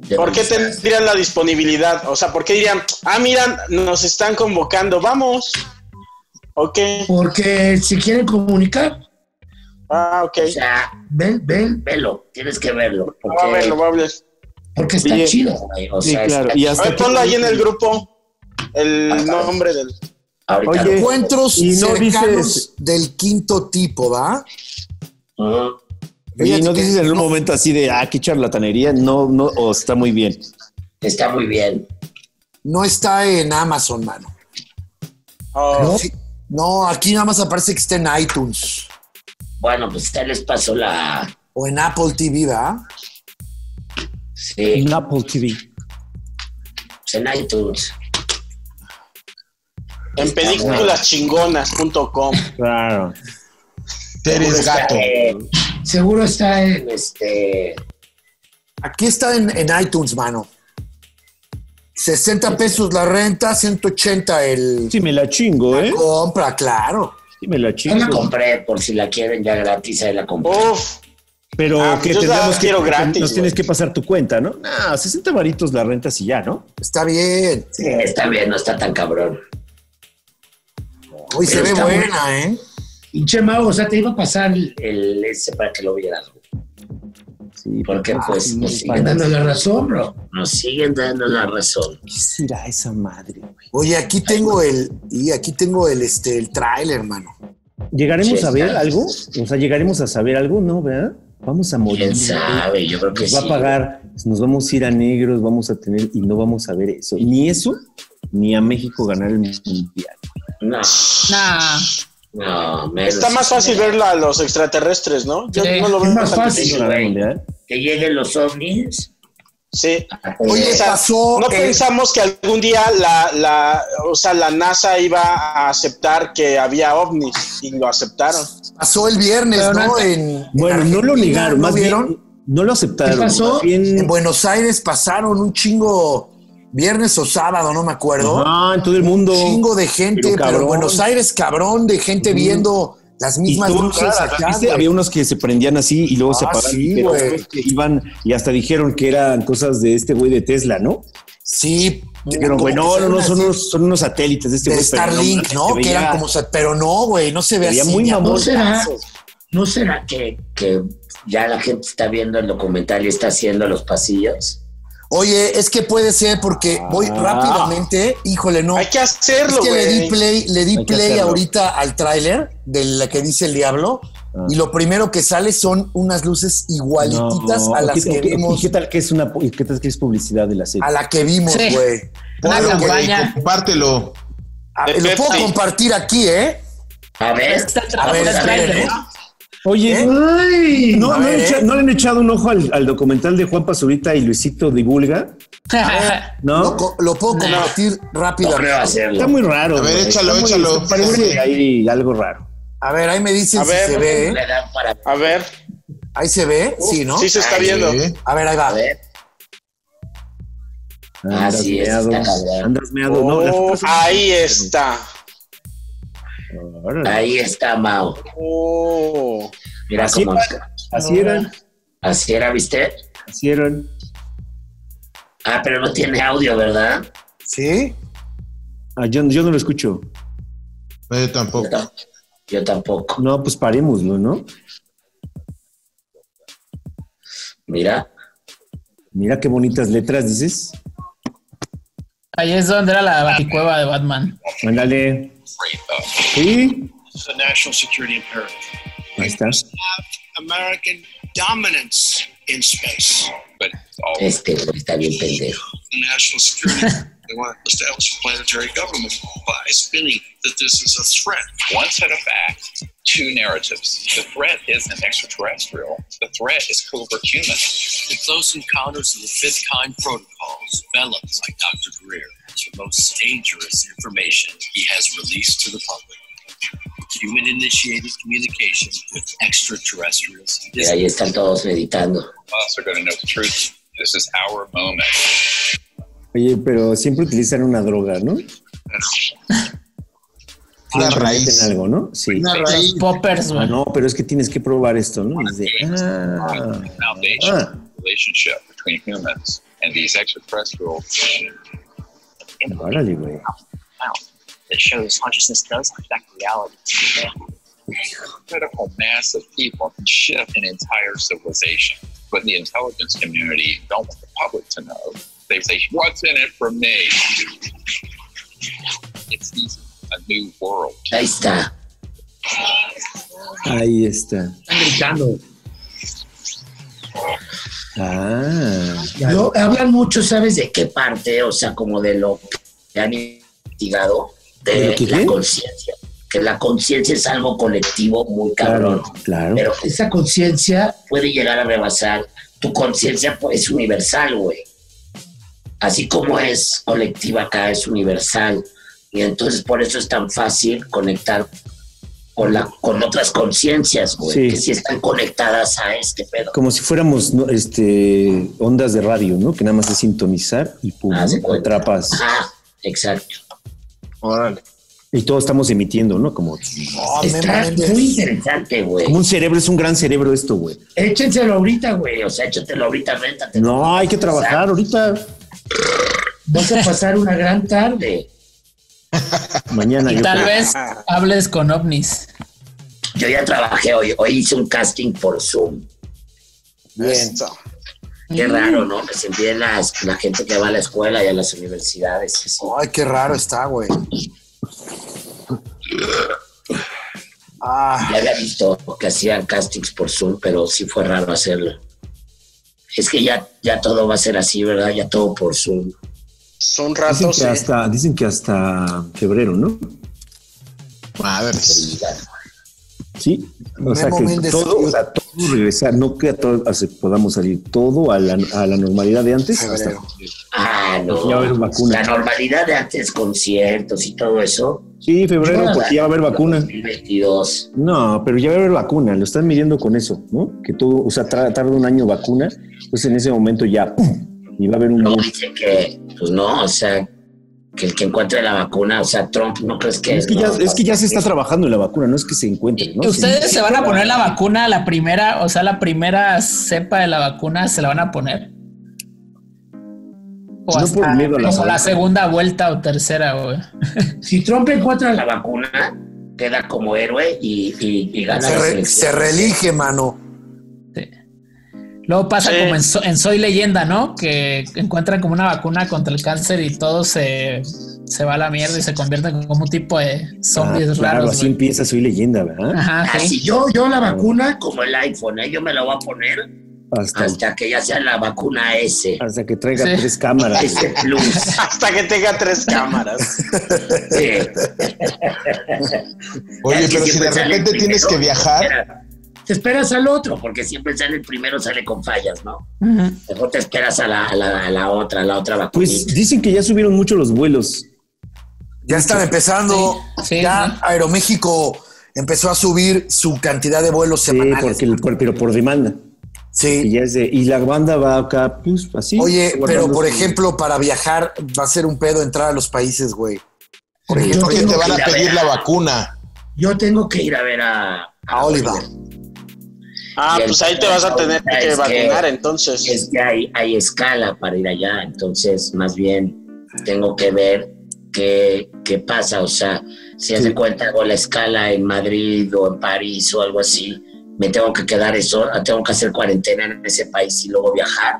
Speaker 2: De
Speaker 1: ¿Por qué
Speaker 2: dónde estás.
Speaker 1: tendrían la disponibilidad? O sea, ¿por qué dirían, ah, mira, nos están convocando, vamos? Ok,
Speaker 2: Porque si quieren comunicar,
Speaker 1: ah, ok.
Speaker 2: o sea, ven, ven, velo, tienes que verlo. Porque,
Speaker 1: Va a verlo, va a verlo.
Speaker 2: porque está
Speaker 3: Oye,
Speaker 2: chido, güey. O
Speaker 3: sí,
Speaker 2: sea,
Speaker 3: claro,
Speaker 2: está
Speaker 3: y
Speaker 1: A
Speaker 3: hasta
Speaker 1: ver, ponlo ahí en el grupo. El nombre del.
Speaker 2: Ahorita
Speaker 3: Oye,
Speaker 2: lo pongo.
Speaker 4: Encuentros
Speaker 3: Y no
Speaker 4: cercanos
Speaker 3: dices-
Speaker 4: del quinto tipo, ¿va?
Speaker 2: Ujú.
Speaker 3: Oye,
Speaker 4: Fíjate
Speaker 3: ¿no
Speaker 4: que-
Speaker 3: dices en un momento así de, ah, qué charlatanería? No, no, o está muy bien.
Speaker 2: Está muy bien.
Speaker 4: No está en Amazon, mano.
Speaker 1: Oh,
Speaker 4: Sí. No, aquí nada más aparece que está en iTunes
Speaker 2: Bueno, pues usted les pasó la.
Speaker 4: o en Apple TV, ¿verdad?
Speaker 2: Sí,
Speaker 3: Apple TV.
Speaker 2: pues en iTunes.
Speaker 1: En películaschingonas.com.
Speaker 3: Claro.
Speaker 6: Eres gato.
Speaker 2: en- seguro está en este.
Speaker 4: Aquí está en, en iTunes, mano. 60 pesos la renta, 180 el
Speaker 3: Sí, me la chingo, ¿eh?
Speaker 4: compra, claro.
Speaker 3: Sí, me la
Speaker 2: Yo la
Speaker 3: chingo.
Speaker 2: compré por si la quieren ya gratis, ahí la compré.
Speaker 1: Uf,
Speaker 3: Pero
Speaker 1: Ah,
Speaker 3: que
Speaker 1: yo la
Speaker 3: tenemos que,
Speaker 1: quiero gratis,
Speaker 3: nos
Speaker 1: güey.
Speaker 3: tienes que pasar tu cuenta, ¿no? Ah, 60 varitos la renta y ya, ¿no?
Speaker 4: Está bien.
Speaker 2: Sí, está bien, no está tan cabrón.
Speaker 4: Hoy se
Speaker 2: Pero
Speaker 4: ve
Speaker 2: está
Speaker 4: buena, ¿eh?
Speaker 2: Y Chema, o sea, te iba a pasar el, el ese para que lo vieras. güey.
Speaker 3: Sí,
Speaker 2: Porque pues
Speaker 3: no
Speaker 2: nos siguen
Speaker 3: pagas.
Speaker 2: dando la razón, bro. Nos siguen dando la razón.
Speaker 3: ¿Qué será esa madre, güey?
Speaker 4: Oye, aquí tengo el y aquí tengo el este el tráiler, mano.
Speaker 3: ¿Llegaremos
Speaker 2: Sí,
Speaker 3: a ver
Speaker 2: está.
Speaker 3: algo? O sea, llegaremos a saber algo, ¿no? ¿Verdad? Vamos a morir.
Speaker 2: ¿Quién
Speaker 3: güey.
Speaker 2: sabe? Yo creo que
Speaker 3: Nos va
Speaker 2: sí.
Speaker 3: a pagar, nos vamos a ir a negros, vamos a tener y no vamos a ver eso. Ni eso, ni a México ganar el mundial.
Speaker 2: No,
Speaker 5: Nah.
Speaker 2: no, menos.
Speaker 1: está más fácil verla a los extraterrestres, ¿no? Yo
Speaker 5: Sí,
Speaker 1: no lo
Speaker 2: es
Speaker 1: veo
Speaker 2: más
Speaker 1: tan
Speaker 2: fácil.
Speaker 1: difícil.
Speaker 3: Ganar el
Speaker 2: güey.
Speaker 3: mundial.
Speaker 2: Que lleguen los ovnis. Eh,
Speaker 1: Sí.
Speaker 4: Oye,
Speaker 3: Eh,
Speaker 1: O sea,
Speaker 4: pasó
Speaker 1: No
Speaker 4: el-
Speaker 1: pensamos que algún día la, la, o sea, la NASA iba a aceptar que había ovnis y lo aceptaron.
Speaker 4: pasó el viernes,
Speaker 5: Pero
Speaker 4: ¿no?
Speaker 5: no-
Speaker 4: En,
Speaker 3: Bueno,
Speaker 4: en
Speaker 3: no lo
Speaker 4: Argentina,
Speaker 3: negaron,
Speaker 4: ¿no
Speaker 3: más
Speaker 4: vieron?
Speaker 3: bien no lo aceptaron.
Speaker 2: ¿Qué pasó?
Speaker 3: más bien-
Speaker 4: En Buenos Aires pasaron un chingo viernes o sábado, no me acuerdo.
Speaker 3: Ajá, en todo el mundo.
Speaker 4: Un chingo de gente,
Speaker 3: Pero
Speaker 4: pero,
Speaker 3: cabrón.
Speaker 4: en Buenos Aires, cabrón, de gente viendo las
Speaker 3: Y
Speaker 4: mismas
Speaker 3: tú,
Speaker 4: luces
Speaker 3: claras,
Speaker 4: acá,
Speaker 3: ¿viste?
Speaker 4: güey.
Speaker 3: Había unos que se prendían así y luego se
Speaker 4: Ah,
Speaker 3: apagaban.
Speaker 4: sí,
Speaker 3: pero
Speaker 4: güey.
Speaker 3: otros que iban y hasta dijeron que eran cosas de este güey de Tesla, ¿no?
Speaker 4: Sí,
Speaker 3: Dijeron,
Speaker 4: como
Speaker 3: güey,
Speaker 4: que
Speaker 3: no,
Speaker 4: se
Speaker 3: no, no,
Speaker 4: ven
Speaker 3: son
Speaker 4: así
Speaker 3: unos, son unos satélites de este
Speaker 4: de
Speaker 3: güey. pero
Speaker 4: Starlink, ¿no?
Speaker 3: se
Speaker 4: que eran
Speaker 3: veía-
Speaker 4: como sat- pero no, güey, no se ve
Speaker 3: Se veía
Speaker 4: así.
Speaker 3: muy
Speaker 4: ni a
Speaker 3: mamón.
Speaker 2: ¿No será,
Speaker 4: putazos.
Speaker 2: ¿No será que, que ya la gente está viendo el documental y está haciendo los pasillos?
Speaker 4: Oye, es que puede ser porque voy
Speaker 3: Ah.
Speaker 4: rápidamente, híjole, no.
Speaker 1: Hay que
Speaker 4: Es
Speaker 1: hacerlo,
Speaker 4: que le di
Speaker 1: güey.
Speaker 4: play, le di
Speaker 3: Hay que
Speaker 4: play
Speaker 3: hacerlo.
Speaker 4: ahorita al tráiler de la que dice el diablo
Speaker 3: Ah.
Speaker 4: y lo primero que sale son unas luces igualititas
Speaker 3: No,
Speaker 4: a
Speaker 3: ¿qué
Speaker 4: las
Speaker 3: tal-
Speaker 4: que
Speaker 3: qué- ¿Y
Speaker 4: vimos,
Speaker 3: qué tal que es una y qué tal que es publicidad de la serie?
Speaker 4: a la que vimos,
Speaker 5: Sí.
Speaker 4: güey.
Speaker 5: Una
Speaker 6: Ponlo, güey,
Speaker 5: campaña.
Speaker 6: compártelo.
Speaker 4: A-
Speaker 1: De
Speaker 4: Lo puedo
Speaker 1: Pepsi.
Speaker 4: compartir aquí, ¿eh?
Speaker 2: A ver,
Speaker 5: Está
Speaker 4: A ver,
Speaker 5: está el
Speaker 4: esperen,
Speaker 5: trailer.
Speaker 4: ¿eh?
Speaker 3: Oye,
Speaker 4: ¿Eh?
Speaker 3: ay, ¿no,
Speaker 4: A
Speaker 3: no
Speaker 4: ver,
Speaker 3: le echa-
Speaker 4: ¿eh?
Speaker 3: no le han echado un ojo al, al documental de Juan Pazurita y Luisito Divulga? ¿No?
Speaker 4: Lo, co- lo puedo compartir
Speaker 2: no creo
Speaker 4: rápidamente.
Speaker 2: hacerlo.
Speaker 3: Está muy raro.
Speaker 6: A ver,
Speaker 3: güey.
Speaker 6: échalo,
Speaker 3: Está muy-
Speaker 6: échalo.
Speaker 3: está- Parece ahí algo raro.
Speaker 4: A ver, ahí me dicen
Speaker 1: A
Speaker 4: si
Speaker 1: ver.
Speaker 4: se ve, ¿eh?
Speaker 2: Le dan para
Speaker 1: A ver.
Speaker 4: Ahí se ve,
Speaker 1: Uf,
Speaker 4: sí, ¿no?
Speaker 1: Sí se está viendo.
Speaker 6: Sí. ¿eh?
Speaker 4: A ver, ahí va.
Speaker 2: a ver. Ah, sí, ese está cabrón.
Speaker 3: Andas meado. No, las
Speaker 1: Oh,
Speaker 3: fotos son-
Speaker 1: ahí está.
Speaker 3: Órale.
Speaker 2: Ahí está Mao.
Speaker 1: Oh.
Speaker 2: Mira
Speaker 3: Así
Speaker 2: cómo
Speaker 3: Así eran,
Speaker 2: así era, ¿viste?
Speaker 3: así eran.
Speaker 2: Ah, pero no tiene audio, ¿verdad?
Speaker 4: ¿Sí?
Speaker 3: Ah, yo, yo no lo escucho.
Speaker 6: No, yo tampoco.
Speaker 2: Yo tampoco.
Speaker 3: No, pues parémoslo, ¿no?
Speaker 2: Mira,
Speaker 3: Mira qué bonitas letras, dices.
Speaker 5: Ahí es donde era la baticueva de Batman.
Speaker 3: Ándale.
Speaker 7: afraid of.
Speaker 3: Sí,
Speaker 7: It's a national security imperative.
Speaker 3: ahí está.
Speaker 7: American dominance in space. But all
Speaker 2: este güey está bien pendejo.
Speaker 7: national security, they want to establish planetary government by spinning that this is a threat.
Speaker 8: one set of facts, two narratives. The threat isn't extraterrestrial. The threat is covert human.
Speaker 7: The Close Encounters of the Fifth Kind protocols, developed by Dr. Greer, is the most dangerous information he has released to the public. Human initiated communication with extraterrestrials.
Speaker 2: Y ahí están todos meditando.
Speaker 8: Us are going to know the truth. This is our moment.
Speaker 3: Oye, pero siempre utilizan una droga, ¿no?
Speaker 6: Una
Speaker 3: Siempre
Speaker 6: raíz.
Speaker 3: meten algo, ¿no? Sí.
Speaker 5: Los poppers,
Speaker 3: Ah,
Speaker 5: güey.
Speaker 3: no, pero es que tienes que probar esto, ¿no? Y dice, ah,
Speaker 8: Foundation
Speaker 3: ah.
Speaker 8: relationship between humans and these extraterrestrial.
Speaker 3: Órale, güey.
Speaker 8: It shows consciousness does affect reality. Critical mass of people can shift an entire civilization, but the intelligence community don't want the public to know. They say, "What's in it for me?" It's these, a new world.
Speaker 2: Ahí está.
Speaker 3: Ahí está.
Speaker 2: Están gritando.
Speaker 3: Ah,
Speaker 2: Lo- hablan mucho, ¿sabes de qué parte? O sea, como de lo que han investigado, de,
Speaker 3: ¿De lo que
Speaker 2: la
Speaker 3: qué?
Speaker 2: conciencia. Que la conciencia es algo colectivo muy cabrón.
Speaker 3: claro, claro.
Speaker 2: Pero esa conciencia puede llegar a rebasar. Tu conciencia pues, es universal, güey. Así como es colectiva acá, es universal. Y entonces por eso es tan fácil conectar con, la, con otras conciencias, güey,
Speaker 3: Sí.
Speaker 2: que sí están conectadas a este pedo.
Speaker 3: Como si fuéramos ¿no? este, ondas de radio, ¿no? Que nada más es sintonizar y pum,
Speaker 2: Ah, se
Speaker 3: ¿no?
Speaker 2: puede.
Speaker 3: atrapas.
Speaker 2: Ajá, exacto.
Speaker 6: Órale.
Speaker 3: Y todos estamos emitiendo, ¿no? Como,
Speaker 4: Oh, Memo
Speaker 2: Está
Speaker 4: Méndez.
Speaker 2: muy interesante, güey.
Speaker 3: como un cerebro, es un gran cerebro esto, güey.
Speaker 2: Échenselo ahorita, güey. O sea, échatelo ahorita, réntatelo.
Speaker 3: No, hay que trabajar ahorita.
Speaker 2: Vas a pasar una gran tarde.
Speaker 3: Mañana
Speaker 5: Y
Speaker 3: yo
Speaker 5: tal
Speaker 3: creo.
Speaker 5: vez hables con ovnis.
Speaker 2: Yo ya trabajé hoy. Hoy hice un casting por Zoom. Este,
Speaker 4: Bien.
Speaker 1: Esto.
Speaker 2: Qué raro, ¿no? Me sentí en las, la gente que va a la escuela y a las universidades. que sí.
Speaker 4: Ay, qué raro está, güey. Ah,
Speaker 2: Ya había visto que hacían castings por Zoom, pero sí fue raro hacerlo. Es que ya, ya todo va a ser así, ¿verdad? Ya todo por Zoom.
Speaker 1: Son
Speaker 3: Dicen
Speaker 1: ratos.
Speaker 3: que,
Speaker 1: eh.
Speaker 3: hasta, dicen que hasta febrero, ¿no?
Speaker 6: Madres.
Speaker 3: Sí. O sea,
Speaker 4: Memo
Speaker 3: que
Speaker 4: Méndez.
Speaker 3: todo, o sea, todo regresar, no que a todo- a- se- podamos salir todo a la, a la normalidad de antes. hasta-
Speaker 4: febrero.
Speaker 2: Ah, no.
Speaker 3: Ya va a haber vacuna.
Speaker 2: La normalidad de antes, conciertos y todo eso.
Speaker 3: sí, febrero,
Speaker 2: Nada.
Speaker 3: porque ya va a haber vacuna.
Speaker 2: 2022.
Speaker 3: No, pero ya va a haber vacuna, lo están midiendo con eso, ¿no? Que todo, o sea, tra- tarda un año vacuna, pues en ese momento ya, ¡pum! y va a haber un...
Speaker 2: No,
Speaker 3: boom.
Speaker 2: dice que, pues no, o sea, que el que encuentre la vacuna, o sea, Trump, ¿no crees que
Speaker 3: Es que, ya,
Speaker 2: no?
Speaker 3: es que ya se está trabajando en la vacuna, no es que se encuentre, ¿no?
Speaker 5: ¿Ustedes se van a poner la vacuna, la primera, o sea, la primera cepa de la vacuna, se la van a poner? O
Speaker 3: No
Speaker 5: hasta
Speaker 3: por miedo a la
Speaker 5: como la
Speaker 3: vacuna.
Speaker 5: segunda vuelta o tercera, güey.
Speaker 2: Si Trump encuentra la vacuna, queda como héroe y, y- y gana
Speaker 4: Se,
Speaker 2: la
Speaker 4: re- se
Speaker 2: selección.
Speaker 4: reelige, mano.
Speaker 5: Luego pasa
Speaker 1: Sí.
Speaker 5: como en, So- en Soy Leyenda, ¿no? Que encuentran como una vacuna contra el cáncer y todo se, se va a la mierda y se convierten como un tipo de
Speaker 3: Ah,
Speaker 5: zombies
Speaker 3: claro,
Speaker 5: raros.
Speaker 3: así
Speaker 5: güey.
Speaker 3: empieza Soy Leyenda, ¿verdad?
Speaker 5: Ajá,
Speaker 2: Ah,
Speaker 5: sí.
Speaker 2: si yo, yo la vacuna, como el iPhone, ¿eh? yo me la voy a poner
Speaker 3: Hasta,
Speaker 2: hasta que ya sea la vacuna S,
Speaker 3: hasta que traiga
Speaker 5: Sí.
Speaker 3: tres cámaras.
Speaker 2: S Plus.
Speaker 1: Hasta que tenga tres cámaras.
Speaker 2: Sí.
Speaker 6: Oye,
Speaker 2: Es que
Speaker 6: pero si
Speaker 2: siempre
Speaker 6: de
Speaker 2: sale el
Speaker 6: repente
Speaker 2: primero,
Speaker 6: tienes que
Speaker 2: te
Speaker 6: viajar,
Speaker 2: esperas- Te esperas al otro, porque siempre sale el primero, sale con fallas, ¿no?
Speaker 5: Ujú.
Speaker 2: Mejor te esperas a la, a la, a la otra, a la otra vacuna.
Speaker 3: Pues dicen que ya subieron mucho los vuelos.
Speaker 4: Ya están empezando.
Speaker 5: Sí, sí,
Speaker 4: ya Aeroméxico empezó a subir su cantidad de vuelos
Speaker 3: Sí,
Speaker 4: semanales.
Speaker 3: porque el- por- pero por demanda. Y,
Speaker 4: Sí.
Speaker 3: ya es de- y la banda va acá, pues así.
Speaker 4: Oye, pero
Speaker 3: guardando
Speaker 4: por
Speaker 3: su-
Speaker 4: ejemplo, para viajar va a ser un pedo entrar a los países, güey. Por
Speaker 6: yo
Speaker 4: ejemplo,
Speaker 6: creo que
Speaker 4: yo-
Speaker 6: te van
Speaker 2: ir
Speaker 6: a
Speaker 2: a
Speaker 6: pedir
Speaker 2: ver.
Speaker 6: la vacuna.
Speaker 2: Yo tengo que ir a ver a,
Speaker 4: a Oliva.
Speaker 1: Ah,
Speaker 2: Y el-
Speaker 1: pues ahí te vas a tener
Speaker 2: es
Speaker 1: que
Speaker 2: que-
Speaker 1: vacunar entonces.
Speaker 2: Es que hay, hay escala para ir allá, entonces más bien tengo que ver qué, qué pasa, o sea, si hace cuenta hago la escala en Madrid o en París o algo así, me tengo que quedar eso, tengo que hacer cuarentena en ese país y luego viajar,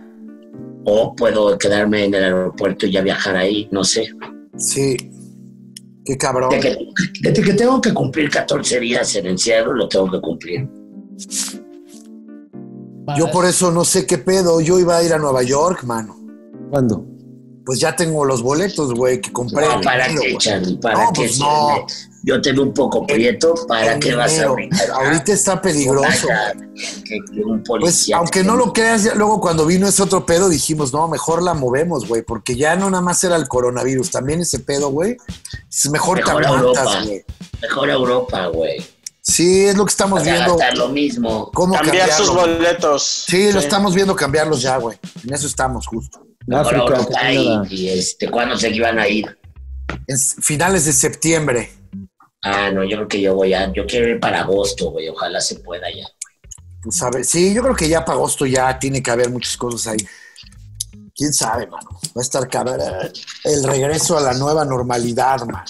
Speaker 2: o puedo quedarme en el aeropuerto y ya viajar ahí, no sé.
Speaker 4: Sí. Qué cabrón.
Speaker 2: Desde que, desde que tengo que cumplir 14 días en encierro, lo tengo que cumplir.
Speaker 4: Yo por eso no sé qué pedo. Yo iba a ir a Nueva York, mano.
Speaker 3: ¿Cuándo?
Speaker 4: Pues ya tengo los boletos, güey, que compré.
Speaker 2: No, ¿para
Speaker 4: Pero,
Speaker 2: qué,
Speaker 4: güey.
Speaker 2: Charlie? ¿Para
Speaker 4: No,
Speaker 2: qué?
Speaker 4: pues no.
Speaker 2: Yo te veo un poco prieto, ¿para
Speaker 4: En
Speaker 2: qué vas a
Speaker 4: enero.
Speaker 2: brincar?
Speaker 4: Ahorita está peligroso.
Speaker 2: Vaya, que- que un
Speaker 4: Pues
Speaker 2: policía
Speaker 4: aunque
Speaker 2: te-
Speaker 4: no lo creas, ya luego cuando vino ese otro pedo dijimos, no, mejor la movemos, güey, porque ya no nada más era el coronavirus, también ese pedo, güey. Es mejor,
Speaker 2: Mejor
Speaker 4: te
Speaker 2: Europa.
Speaker 4: aguantas, güey.
Speaker 2: Mejor Europa, güey.
Speaker 4: Sí, es lo que estamos
Speaker 2: Vas a
Speaker 4: viendo.
Speaker 2: gastar lo mismo.
Speaker 4: ¿Cómo
Speaker 1: Cambiar sus
Speaker 4: cambiarlo?
Speaker 1: boletos.
Speaker 4: Sí, lo estamos viendo cambiarlos ya, güey. En eso estamos, justo.
Speaker 2: Mejor
Speaker 3: África,
Speaker 2: Europa
Speaker 3: Canadá.
Speaker 2: y, y, este, ¿cuándo sé que iban a ir?
Speaker 4: En s- finales de septiembre.
Speaker 2: Ah, no, yo creo que yo voy a, yo quiero ir para agosto, güey, ojalá se pueda ya.
Speaker 4: Pues ¿sabes? Sí, yo creo que ya para agosto ya tiene que haber muchas cosas ahí. ¿Quién sabe, mano? Va a estar cabrón. eh, El regreso a la nueva normalidad, mano.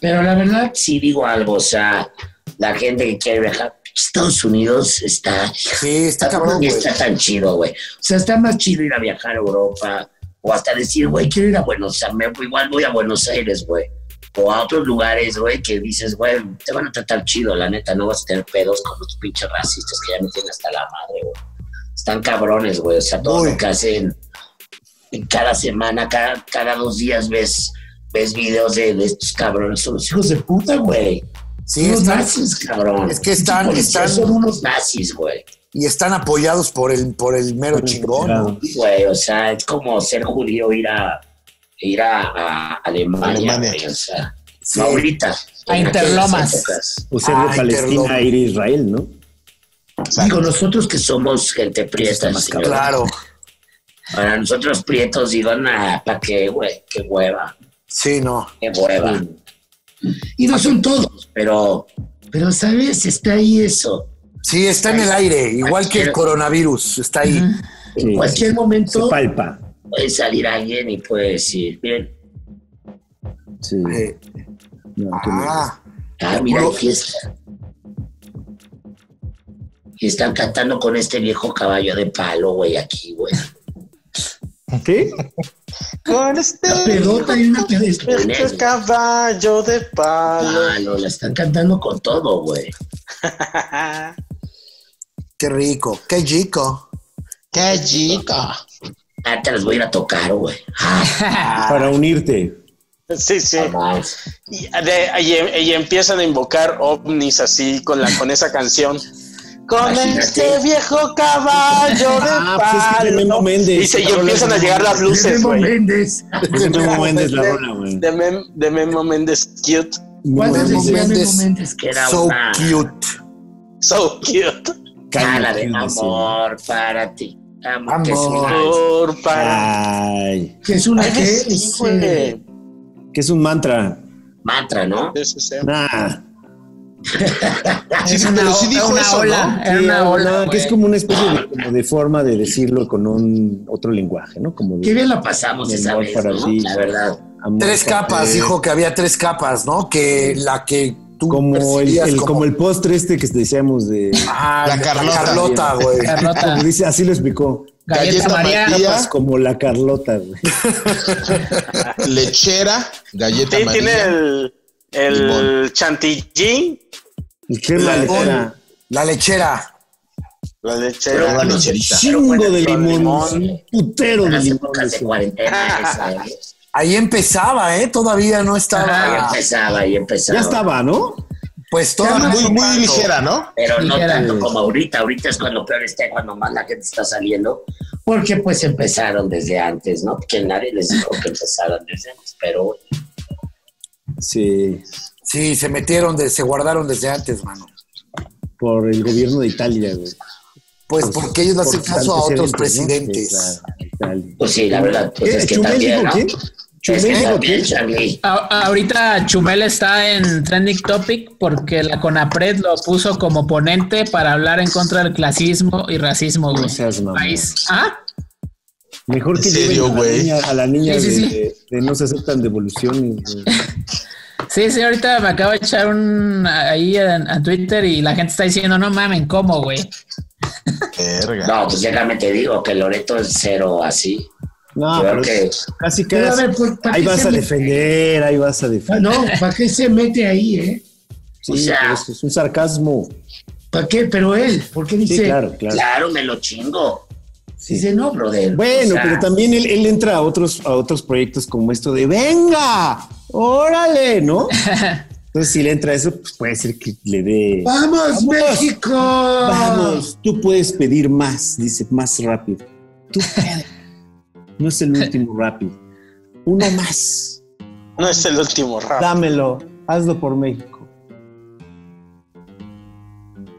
Speaker 2: Pero la verdad sí digo algo, o sea, la gente que quiere viajar, Estados Unidos está
Speaker 4: Sí, está cabrón,
Speaker 2: ni
Speaker 4: güey.
Speaker 2: está tan chido, güey. O sea, está más chido ir a viajar a Europa o hasta decir, güey, quiero ir a Buenos Aires, igual voy a Buenos Aires, güey. O a otros lugares, güey, que dices, güey, te van a tratar chido, la neta, no vas a tener pedos con los pinches racistas que ya me tienen hasta la madre, güey. Están cabrones, güey. O sea, todo
Speaker 4: Muy.
Speaker 2: lo que hacen cada semana, cada, cada dos días ves, ves videos de, de estos cabrones. Son los hijos de puta, güey.
Speaker 4: Sí,
Speaker 2: Son unos
Speaker 4: están-
Speaker 2: nazis, cabrón.
Speaker 4: es que están-
Speaker 2: Estos policías
Speaker 4: están-
Speaker 2: Son unos nazis, güey.
Speaker 4: y están apoyados por el, por el mero chingón. ¿no?
Speaker 2: Güey, eh, o sea, es como ser judío ir a, ir a, a Alemania,
Speaker 6: Alemania.
Speaker 2: güey, o sea.
Speaker 4: Sí.
Speaker 2: No ahorita.
Speaker 5: A
Speaker 2: en aquellas
Speaker 5: Interlomas.
Speaker 2: épocas.
Speaker 3: O sea,
Speaker 4: Ay,
Speaker 3: de Palestina
Speaker 4: perdón.
Speaker 3: ir a Israel, ¿no?
Speaker 2: Digo, nosotros que somos gente prieta,
Speaker 3: Está más
Speaker 2: señor.
Speaker 4: Claro,
Speaker 2: Para nosotros prietos digo, nada, ¿para qué, güey? Qué hueva,
Speaker 4: sí, no.
Speaker 2: qué hueva. Y no son todos, pero, pero, ¿sabes? Está ahí eso.
Speaker 4: Sí, está en el aire, igual que el coronavirus, está ahí.
Speaker 2: En
Speaker 3: Sí.
Speaker 2: cualquier
Speaker 3: Se
Speaker 2: momento
Speaker 3: palpa.
Speaker 2: puede salir alguien y puede decir, miren,
Speaker 3: Sí.
Speaker 4: Eh,
Speaker 3: No, qué miedo.
Speaker 4: ah,
Speaker 2: ah, mira, hay fiesta. Y están cantando con este viejo caballo de palo, güey, aquí, güey.
Speaker 3: ¿Qué?
Speaker 1: Con este
Speaker 2: La pedota y una
Speaker 1: este
Speaker 2: pedota.
Speaker 1: caballo de palo.
Speaker 2: Ah, no, la están cantando con todo, güey.
Speaker 4: qué rico, qué chico.
Speaker 6: ¡Qué chica!
Speaker 2: Ah, te las voy a ir a tocar, güey.
Speaker 3: Para unirte.
Speaker 1: sí, sí.
Speaker 2: Ah,
Speaker 1: Y, de- y- y empiezan a invocar ovnis así con, la, con esa canción. Con
Speaker 2: Imagínate.
Speaker 1: este viejo caballo de
Speaker 3: Ah, pues es que
Speaker 1: palo.
Speaker 3: Memo Méndez.
Speaker 1: Dice, y empiezan a llegar las luces,
Speaker 2: Memo
Speaker 1: güey.
Speaker 2: Méndez.
Speaker 3: Es un Méndez la rola, güey.
Speaker 1: De, Mem- de Memo Méndez, cute.
Speaker 5: pues,
Speaker 2: ¿Cuándo
Speaker 3: Memo
Speaker 2: decía
Speaker 3: Méndez.
Speaker 2: Memo Méndez que era
Speaker 4: So
Speaker 2: una
Speaker 4: cute.
Speaker 1: So cute.
Speaker 2: cara de
Speaker 3: Cállate,
Speaker 2: amor para ti? Amor,
Speaker 4: Amor.
Speaker 2: que es una,
Speaker 1: Por
Speaker 3: Ah.
Speaker 1: para.
Speaker 3: Ay.
Speaker 2: que es una
Speaker 1: Ay,
Speaker 2: que
Speaker 5: este,
Speaker 1: sí,
Speaker 2: es,
Speaker 1: güey.
Speaker 2: eh,
Speaker 3: Que es un mantra.
Speaker 2: mantra, ¿no?
Speaker 1: Sí, sí, sí.
Speaker 3: Nah.
Speaker 6: Sí, sí,
Speaker 5: Una
Speaker 6: pero
Speaker 5: o-
Speaker 6: sí dijo
Speaker 5: una
Speaker 6: eso,
Speaker 5: ola,
Speaker 6: ¿no?
Speaker 5: era una
Speaker 3: Sí,
Speaker 5: ola.
Speaker 3: no, que
Speaker 5: güey.
Speaker 3: es como una especie de, como de forma de decirlo con un otro lenguaje, ¿no? Como
Speaker 2: Qué
Speaker 3: de
Speaker 2: bien la pasamos
Speaker 3: Mi
Speaker 2: esa
Speaker 3: amor
Speaker 2: vez,
Speaker 3: para
Speaker 2: ¿no?
Speaker 3: ti.
Speaker 2: La verdad.
Speaker 3: amor,
Speaker 4: Tres capas,
Speaker 3: eh,
Speaker 4: dijo que había tres capas, ¿no? Que la que tú
Speaker 3: Como el,
Speaker 4: percibías
Speaker 3: el- como el postre este que decíamos de.
Speaker 4: Ah,
Speaker 6: La Carlota.
Speaker 4: Carlota, güey.
Speaker 5: Carlota,
Speaker 3: Como dice, así lo explicó.
Speaker 5: Galleta
Speaker 6: Galleta
Speaker 5: María.
Speaker 6: María.
Speaker 3: Capas como la Carlota, güey.
Speaker 6: Lechera, galleta
Speaker 1: Sí,
Speaker 6: María.
Speaker 1: tiene el, el
Speaker 6: Limón.
Speaker 1: chantilly.
Speaker 3: Y qué maletera.
Speaker 4: La lechera.
Speaker 1: La
Speaker 6: Pero
Speaker 1: lechera.
Speaker 6: la lecherita.
Speaker 3: Chingo de
Speaker 1: Con
Speaker 3: limón. Putero
Speaker 2: En
Speaker 3: de
Speaker 2: las
Speaker 3: limón.
Speaker 2: épocas de
Speaker 3: ese.
Speaker 2: cuarentena, esa, ¿eh?
Speaker 4: Ahí empezaba, ¿eh? Todavía no
Speaker 2: ahí
Speaker 4: estaba.
Speaker 2: empezaba, ahí empezaba.
Speaker 3: Ah. Ya estaba, ¿no?
Speaker 4: Pues
Speaker 6: Muy,
Speaker 4: todavía.
Speaker 6: muy,
Speaker 4: no tanto.
Speaker 6: ligera, ¿no?
Speaker 2: Pero no
Speaker 5: Ligera.
Speaker 2: tanto como ahorita, ahorita es cuando peor está, cuando más la gente está saliendo, porque pues empezaron desde antes, ¿no? Que nadie les dijo que empezaron desde antes, pero
Speaker 3: Sí.
Speaker 4: Sí, se metieron, de, se guardaron desde antes, mano.
Speaker 3: Por el gobierno de Italia, güey.
Speaker 4: Pues porque ellos no hacen
Speaker 3: Por
Speaker 4: caso a otros
Speaker 3: antecedentes, ¿no?
Speaker 4: presidentes.
Speaker 3: Sí, claro, Italia.
Speaker 2: pues sí, la verdad, pues
Speaker 3: ¿Qué?
Speaker 2: es que
Speaker 3: ¿Eh? ¿Chumel
Speaker 2: también,
Speaker 3: dijo
Speaker 2: ¿no?
Speaker 3: quién?
Speaker 2: Es
Speaker 3: ¿Chumel
Speaker 2: que
Speaker 3: dijo
Speaker 2: también,
Speaker 3: quién?
Speaker 2: Charlie,
Speaker 5: A- ahorita Chumel está en Trending Topic porque la CONAPRED lo puso como ponente para hablar en contra del clasismo y racismo, güey.
Speaker 3: No seas mamón.
Speaker 5: País. ¿Ah?
Speaker 3: Mejor que
Speaker 6: ¿En serio,
Speaker 3: lleven a la
Speaker 6: güey?
Speaker 3: niña, a la niña
Speaker 5: Sí, sí,
Speaker 3: de,
Speaker 5: sí.
Speaker 3: de- de no se aceptan devoluciones. güey.
Speaker 5: Sí, sí, ahorita me acabo de echar un ahí en- a Twitter y la gente está diciendo, no mamen, ¿cómo, güey?
Speaker 6: Verga.
Speaker 2: No, pues déjame te digo que Loreto es cero así. Creo
Speaker 3: No, Ah, pero
Speaker 2: que-
Speaker 3: casi
Speaker 2: Pero
Speaker 3: quedas.
Speaker 2: a ver, pues, ¿para
Speaker 3: ahí
Speaker 2: qué
Speaker 3: vas
Speaker 2: se
Speaker 3: a
Speaker 2: me- Ah,
Speaker 3: defender, ahí vas a defender.
Speaker 2: No, ¿para qué se mete ahí, eh?
Speaker 3: Sí,
Speaker 2: o sea-
Speaker 3: pero eso es un sarcasmo.
Speaker 2: ¿Para qué? Pero él, ¿por qué
Speaker 3: Sí, claro, claro.
Speaker 2: Claro, me lo chingo.
Speaker 3: Sí.
Speaker 2: Dice, no, brother.
Speaker 3: Bueno,
Speaker 2: o sea,
Speaker 3: pero también él, él entra a otros, a otros proyectos como esto de venga, órale, ¿no? Entonces, si le entra eso, pues puede ser que le dé.
Speaker 2: ¡Vamos, México!
Speaker 3: Vamos, tú puedes pedir más, dice, más rápido. Tú puedes. No es el último rápido. Uno más.
Speaker 1: No es el último round.
Speaker 3: Dámelo. Hazlo por México.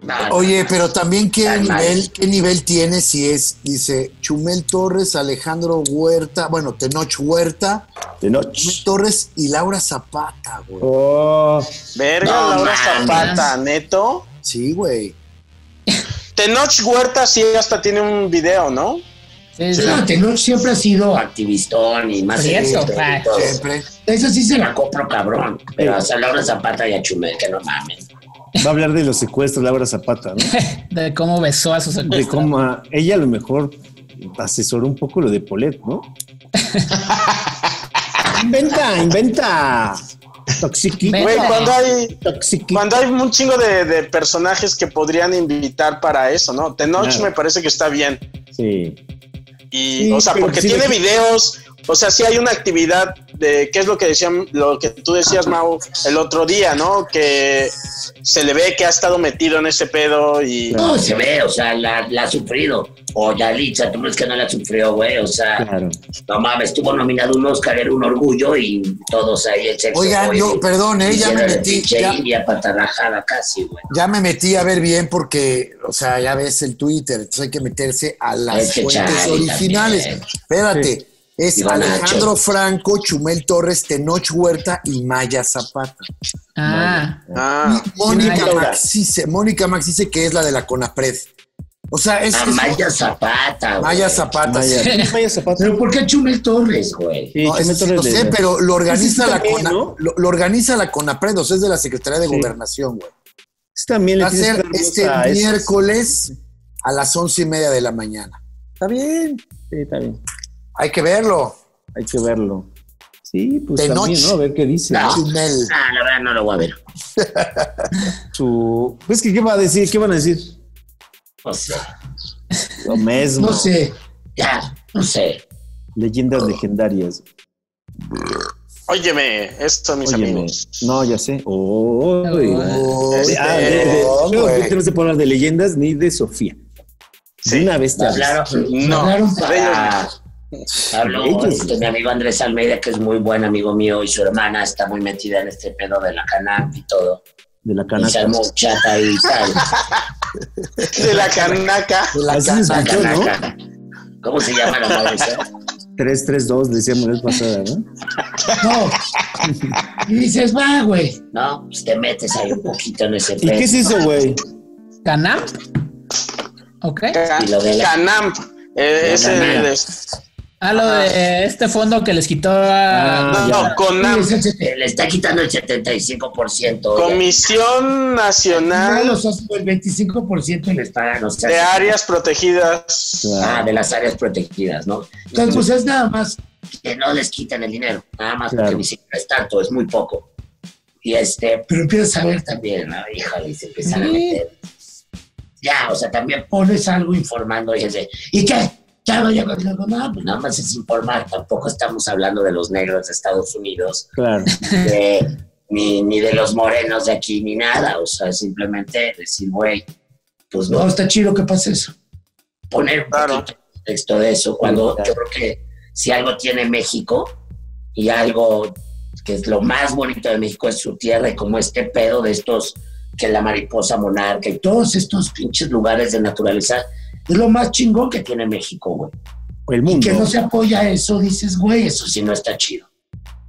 Speaker 2: No, no,
Speaker 4: Oye, pero también qué
Speaker 2: Tan mal.
Speaker 4: nivel, qué nivel tiene si es, dice, Chumel Torres, Alejandro Huerta, bueno, Tenoch Huerta,
Speaker 3: De
Speaker 4: Chumel
Speaker 3: noche.
Speaker 4: Torres y Laura Zapata, güey.
Speaker 3: Oh,
Speaker 1: Verga,
Speaker 2: No
Speaker 1: Laura
Speaker 2: mames.
Speaker 1: Zapata, neto.
Speaker 4: Sí, güey.
Speaker 1: Tenoch Huerta sí hasta tiene un video, ¿no?
Speaker 5: Sí, sí.
Speaker 2: No, Tenoch siempre ha sido activistón y más
Speaker 5: Prieto,
Speaker 2: activista y
Speaker 5: claro.
Speaker 2: todo.
Speaker 4: Siempre.
Speaker 2: Eso sí se la compro, cabrón. Pero a Laura Zapata y a Chumel, que no mames.
Speaker 3: va a hablar de los secuestros, Laura Zapata, ¿no?
Speaker 5: De cómo besó a sus
Speaker 3: De cómo a- ella a lo mejor asesoró un poco lo de Polet, ¿no? inventa, inventa. Toxiqui.
Speaker 1: Güey,
Speaker 5: Venga.
Speaker 1: cuando hay,
Speaker 3: Toxiqui.
Speaker 1: cuando hay un chingo de, de personajes que podrían invitar para eso, ¿no? Tenoch
Speaker 3: Claro.
Speaker 1: me parece que está bien.
Speaker 3: Sí.
Speaker 1: Y,
Speaker 3: Sí,
Speaker 1: o sea,
Speaker 3: pero
Speaker 1: porque
Speaker 3: sí
Speaker 1: tiene
Speaker 3: le-
Speaker 1: videos, o sea, sí hay una actividad de qué es lo que decían, lo que tú decías, Mau, el otro día, ¿no? Que se le ve que ha estado metido en ese pedo y.
Speaker 2: No, se ve, o sea, la, la ha sufrido. O Yalitza, tú crees que no la sufrió, güey. O sea,
Speaker 3: Claro.
Speaker 2: no mames, estuvo nominado un Oscar, era un orgullo y todos ahí el sexo.
Speaker 4: Oigan,
Speaker 2: güey,
Speaker 4: yo, perdón, eh, ya
Speaker 2: hicieron
Speaker 4: me
Speaker 2: el
Speaker 4: metí.
Speaker 2: pinche
Speaker 4: ya-
Speaker 2: India patarrajada casi, güey.
Speaker 4: Ya me metí a ver bien porque, o sea, ya ves el Twitter, entonces hay que meterse a las
Speaker 2: Es que
Speaker 4: fuentes
Speaker 2: Charlie
Speaker 4: originales.
Speaker 2: también.
Speaker 4: Espérate, es
Speaker 2: Y van a
Speaker 4: Alejandro Franco, Chumel Torres, Tenoch Huerta y Maya Zapata.
Speaker 5: Ah,
Speaker 1: Ah,
Speaker 5: Maya
Speaker 4: Mónica
Speaker 5: Laura.
Speaker 4: Maxice, Mónica Maxice que es la de la Conapred. O sea, es,
Speaker 2: A
Speaker 4: es-
Speaker 2: Ah, Maya Zapata, güey.
Speaker 4: Maya Zapata.
Speaker 3: Maya,
Speaker 4: sí.
Speaker 3: ¿quién es Maya Zapata?
Speaker 2: Pero ¿por qué Chumel Torres, güey?
Speaker 3: Sí,
Speaker 4: No,
Speaker 3: Chumel
Speaker 4: es-
Speaker 3: Torres
Speaker 4: no
Speaker 3: de-
Speaker 4: sé, pero pues, lo organiza,
Speaker 3: Ese
Speaker 4: la,
Speaker 3: también,
Speaker 4: Cona-
Speaker 3: ¿no?
Speaker 4: lo, lo organiza la Conapred, o sea, es de la Secretaría de
Speaker 3: Sí.
Speaker 4: Gobernación, güey.
Speaker 3: Ese también le
Speaker 4: Va a
Speaker 3: tienes que
Speaker 4: ser
Speaker 3: dar voz
Speaker 4: este
Speaker 3: a ese.
Speaker 4: miércoles a las once y media de la mañana.
Speaker 3: Está bien. Sí, está bien.
Speaker 4: Hay que verlo.
Speaker 3: Hay que verlo. Sí, pues
Speaker 4: De
Speaker 3: también,
Speaker 4: noche.
Speaker 3: ¿no? A ver qué dice.
Speaker 2: No.
Speaker 3: ¿no?
Speaker 4: Chumel.
Speaker 2: Ah, la verdad no lo voy a ver.
Speaker 3: Su... Pues que, ¿qué va a decir? ¿Qué van a decir?
Speaker 2: No sé.
Speaker 3: Lo mismo.
Speaker 2: No sé. Ya, no sé.
Speaker 3: Leyendas legendarias.
Speaker 1: óyeme, esto, mis
Speaker 3: Óyeme.
Speaker 1: amigos.
Speaker 3: No, ya sé. Oh, güey.
Speaker 4: Oh,
Speaker 1: Este-
Speaker 3: Ah, de- de-
Speaker 4: no,
Speaker 3: no,
Speaker 4: güey.
Speaker 3: no tenemos que hablar de leyendas ni de Sofía.
Speaker 1: Sí.
Speaker 3: De una vez te hablas.
Speaker 2: Hablaron,
Speaker 1: No.
Speaker 2: hablaron para-
Speaker 1: Ellos
Speaker 2: Habló
Speaker 3: Ellos.
Speaker 2: este, mi amigo Andrés Almeida, que es muy buen amigo mío, y su hermana está muy metida en este pedo de la canasta y todo.
Speaker 3: de la
Speaker 2: Y se
Speaker 3: canasta.
Speaker 2: armó chata y tal.
Speaker 1: De la canaca.
Speaker 4: de la
Speaker 3: Así se
Speaker 4: cana.
Speaker 3: escuchó, ¿no?
Speaker 2: Canaca. ¿Cómo se llama la madre esa?
Speaker 3: 3-3-2, decíamos la vez pasada, ¿no?
Speaker 2: No. Y dices, va, güey. No, pues te metes ahí un poquito en ese
Speaker 3: ¿Y
Speaker 2: pedo.
Speaker 3: qué es eso, güey?
Speaker 5: ¿Canam? ¿Ok?
Speaker 2: Y lo de la-
Speaker 1: Canamp. Eh,
Speaker 2: La
Speaker 1: es
Speaker 2: canaca.
Speaker 1: el.
Speaker 5: Ah, lo de eh, este fondo que les quitó a...
Speaker 3: Ah,
Speaker 1: No,
Speaker 3: ya.
Speaker 1: no, Conamp.
Speaker 2: Sí, es el sete- Le está quitando el 75%. oye.
Speaker 1: Comisión
Speaker 2: No
Speaker 1: Nacional
Speaker 2: los hace el 25% les pagan. O sea,
Speaker 1: de Áreas Protegidas.
Speaker 2: Ah,
Speaker 3: Claro.
Speaker 2: de las áreas protegidas, ¿no? Entonces, pues es nada más que no les quitan el dinero, nada más porque
Speaker 3: Claro.
Speaker 2: ni siquiera es tanto, es muy poco. Y este, pero empiezas a ver también, ¿no? Híjole, y se empiezan a
Speaker 5: Sí.
Speaker 2: meter. Ya, o sea, también pones algo informando y es de, ¿y qué? Ya no llegó, luego, no, pues nada más es informar, tampoco estamos hablando de los negros de Estados Unidos,
Speaker 3: Claro.
Speaker 2: de- ni, ni de los morenos de aquí, ni nada, o sea, simplemente decir, güey, pues no, está chido que pase eso. Poner un
Speaker 1: Claro.
Speaker 2: poquito de texto de eso, cuando yo creo que si algo tiene México y algo que es lo más bonito de México es su tierra y como este pedo de estos, que la mariposa monarca y todos estos pinches lugares de naturaleza, es lo más chingón que tiene México, güey
Speaker 3: El
Speaker 2: y
Speaker 3: mundo.
Speaker 2: que no se apoya a eso, dices, güey, eso sí no está chido.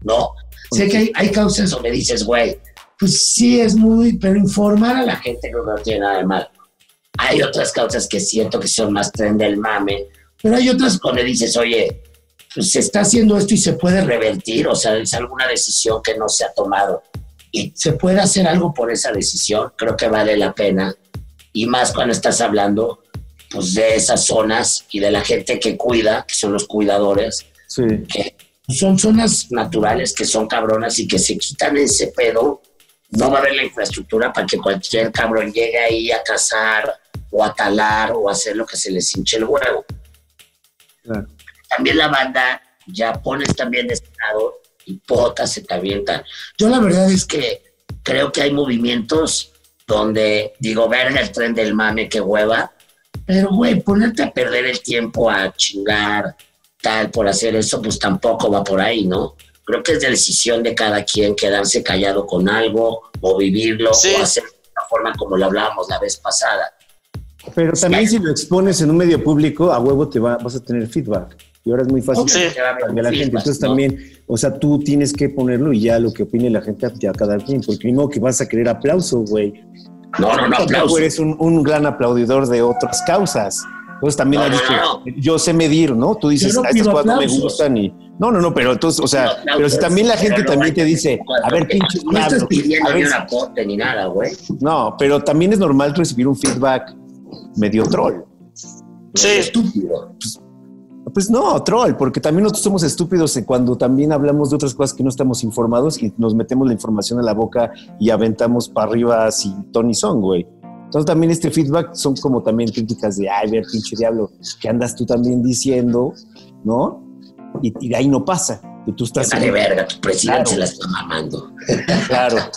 Speaker 2: No. Sé que hay, hay causas donde dices, güey, pues sí es muy, pero informar a la gente creo que no tiene nada de malo. Hay otras causas que siento que son más tren del mame, pero hay otras donde dices, oye, pues se está haciendo esto y se puede revertir, o sea, es alguna decisión que no se ha tomado y se puede hacer algo por esa decisión, creo que vale la pena. Y más cuando estás hablando pues, de esas zonas y de la gente que cuida, que son los cuidadores,
Speaker 3: Sí.
Speaker 2: que son zonas naturales que son cabronas y que se quitan ese pedo. No va a haber la infraestructura para que cualquier cabrón llegue ahí a cazar o a talar o a hacer lo que se les hinche el huevo.
Speaker 3: Claro.
Speaker 2: También la banda ya pones también de este lado y potas se te avientan. Yo la verdad es que creo que hay movimientos donde digo, verga el tren del mame, que hueva. Pero, güey, ponerte a perder el tiempo a chingar tal por hacer eso, pues tampoco va por ahí, ¿no? Creo que es decisión de cada quien quedarse callado con algo o vivirlo
Speaker 1: Sí.
Speaker 2: o hacer de la forma como lo hablábamos la vez pasada.
Speaker 3: Pero también si lo expones en un medio público, a huevo te va, vas a tener feedback. Y ahora es muy fácil
Speaker 1: Sí.
Speaker 2: Porque va a haber
Speaker 3: de la gente.
Speaker 2: feedback,
Speaker 3: Entonces
Speaker 2: ¿no?
Speaker 3: también, o sea, tú tienes que ponerlo y ya lo que opine la gente ya cada quien, porque no que vas a querer aplauso, güey.
Speaker 2: No, no, no,
Speaker 3: Tampoco
Speaker 2: aplausos.
Speaker 3: eres un, un gran aplaudidor de otras causas. Entonces también
Speaker 2: No,
Speaker 3: hay
Speaker 2: no,
Speaker 3: que-
Speaker 2: no.
Speaker 3: yo sé medir, ¿no? Tú dices,
Speaker 2: Yo no
Speaker 3: a estas
Speaker 2: pido
Speaker 3: cosas no me
Speaker 2: aplausos.
Speaker 3: gustan y... No, no, no, pero entonces, o sea,
Speaker 2: Pido aplausos,
Speaker 3: pero si también la
Speaker 2: pero
Speaker 3: gente
Speaker 2: no
Speaker 3: también
Speaker 2: hay-
Speaker 3: te dice, a ver, pinche
Speaker 2: No estás
Speaker 3: diablo,
Speaker 2: pidiendo
Speaker 3: a
Speaker 2: ni
Speaker 3: ver,
Speaker 2: un aporte ni nada, güey.
Speaker 3: no, pero también es normal recibir un feedback medio troll.
Speaker 1: Sí,
Speaker 2: Estúpido.
Speaker 3: Pues no, troll, porque también nosotros somos estúpidos cuando también hablamos de otras cosas que no estamos informados y nos metemos la información a la boca y aventamos para arriba sin Tony Son, güey. Entonces también este feedback son como también críticas de, ay, ver, pinche diablo, ¿qué andas tú también diciendo? ¿No? Y, y de ahí no pasa. Y tú estás...
Speaker 2: Dale verga, tu presidente se la está mamando.
Speaker 3: Claro.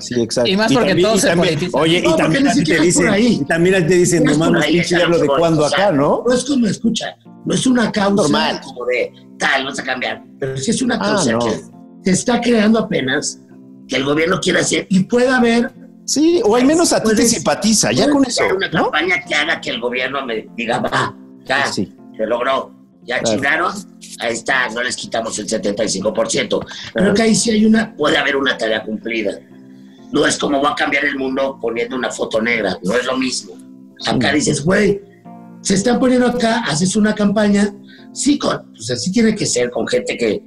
Speaker 3: Sí, exacto.
Speaker 5: Y más porque
Speaker 3: también-
Speaker 5: todo
Speaker 3: y
Speaker 5: se
Speaker 3: también-
Speaker 5: politiza.
Speaker 3: Oye,
Speaker 2: No,
Speaker 3: y
Speaker 2: porque
Speaker 3: también
Speaker 2: ni
Speaker 3: a ti te
Speaker 2: siquiera es por
Speaker 3: dicen,
Speaker 2: ahí.
Speaker 3: y también a ti te dicen,
Speaker 2: No
Speaker 3: no
Speaker 2: es por
Speaker 3: mames,
Speaker 2: ahí,
Speaker 3: pinche
Speaker 2: es a lo
Speaker 3: diablo, ¿de
Speaker 2: mejor,
Speaker 3: cuándo
Speaker 2: o sea,
Speaker 3: acá, no?
Speaker 2: No es como escucha, no es una causa
Speaker 3: Normal.
Speaker 2: como de tal, vas a cambiar, pero sí es una
Speaker 3: Ah,
Speaker 2: causa
Speaker 3: no.
Speaker 2: que se está creando apenas que el gobierno quiere hacer y puede haber
Speaker 3: Sí, o al menos a ti te
Speaker 2: Pues Puedes-
Speaker 3: simpatiza, Ah, ya
Speaker 2: puede
Speaker 3: con eso,
Speaker 2: haber una
Speaker 3: ¿no?
Speaker 2: campaña que haga que el gobierno me diga, va, ya,
Speaker 3: Sí.
Speaker 2: se logró, ya
Speaker 3: Claro.
Speaker 2: chingaron, ahí está, no les quitamos el 75%. Creo que ahí sí hay una, puede haber una tarea cumplida. No es como va a cambiar el mundo poniendo una foto negra, no es lo mismo. Acá dices, güey, se están poniendo acá, haces una campaña, sí, con, pues así tiene que ser, con gente que,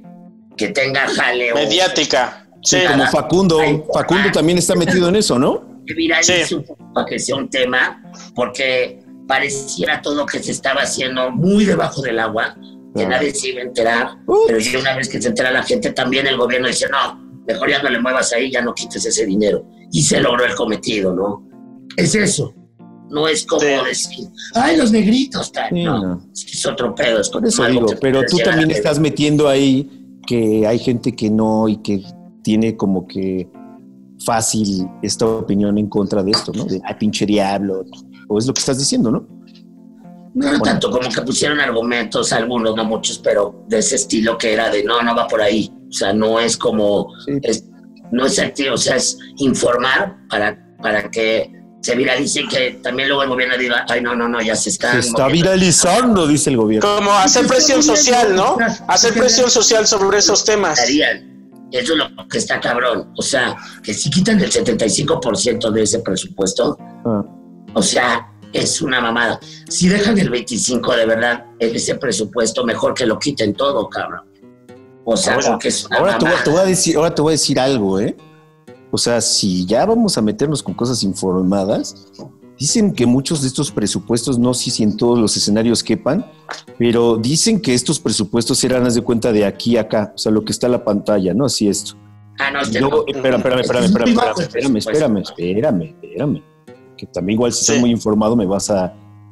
Speaker 2: que tenga jaleo.
Speaker 1: Mediática. Sí.
Speaker 3: Como Facundo,
Speaker 2: Ay, ah.
Speaker 3: Facundo también está metido en eso, ¿no?
Speaker 2: que viralice
Speaker 1: Sí.
Speaker 2: un poco, para que sea un tema, porque pareciera todo que se estaba haciendo muy debajo del agua, que
Speaker 3: Ah.
Speaker 2: nadie se iba a enterar,
Speaker 3: Uh.
Speaker 2: pero ya una vez que se entera la gente, también el gobierno dice, no, mejor ya no le muevas ahí, ya no quites ese dinero. Y se logró el cometido, ¿no? Es eso. No es como
Speaker 1: Sí.
Speaker 2: decir, ay, los negritos, tal.
Speaker 3: Sí,
Speaker 2: no,
Speaker 3: no.
Speaker 2: es que es otro pedo. Es
Speaker 3: Por eso
Speaker 2: algo
Speaker 3: digo,
Speaker 2: que
Speaker 3: pero
Speaker 2: puedes
Speaker 3: tú
Speaker 2: llegar
Speaker 3: también
Speaker 2: a-
Speaker 3: estás metiendo ahí que hay gente que no y que tiene como que fácil esta opinión en contra de esto, ¿no? De, ay, pinche diablo, o es lo que estás diciendo, ¿no?
Speaker 2: No, no tanto, como que pusieron argumentos, algunos, no muchos, pero de ese estilo que era de no, no va por ahí. O sea, no es como,
Speaker 3: Sí.
Speaker 2: es- no es activo, o sea, es informar para, para que se viralice y que también luego el gobierno diga, ay, no, no, no, ya se está.
Speaker 3: Se está
Speaker 2: moviendo".
Speaker 3: viralizando, dice el gobierno.
Speaker 1: Como hacer presión social, ¿no? Hacer presión social sobre esos temas.
Speaker 2: Harían. Eso es lo que está cabrón. O sea, que si quitan el 75% de ese presupuesto,
Speaker 3: Ah.
Speaker 2: O sea, es una mamada. Si dejan el 25 de verdad en ese presupuesto, mejor que lo quiten todo, cabrón. O sea,
Speaker 3: Ahora-
Speaker 2: porque es una
Speaker 3: Ahora te, voy,
Speaker 2: mamada.
Speaker 3: te voy a decir, ahora te voy a decir algo, ¿eh? O sea, si ya vamos a meternos con cosas informadas, dicen que muchos de estos presupuestos, no sé si en todos los escenarios quepan, pero dicen que estos presupuestos eran, haz de cuenta, de aquí a acá, o sea, lo que está en la pantalla, ¿no? Así esto.
Speaker 2: Ah, no,
Speaker 3: Y
Speaker 2: este
Speaker 3: luego-
Speaker 2: no.
Speaker 3: espera, espérame, espérame,
Speaker 2: Este es muy
Speaker 3: espérame,
Speaker 2: bajo el
Speaker 3: espérame, espérame, espérame,
Speaker 2: presupuesto.
Speaker 3: espérame, espérame. Que también igual si
Speaker 1: Sí.
Speaker 3: estás muy informado me vas a,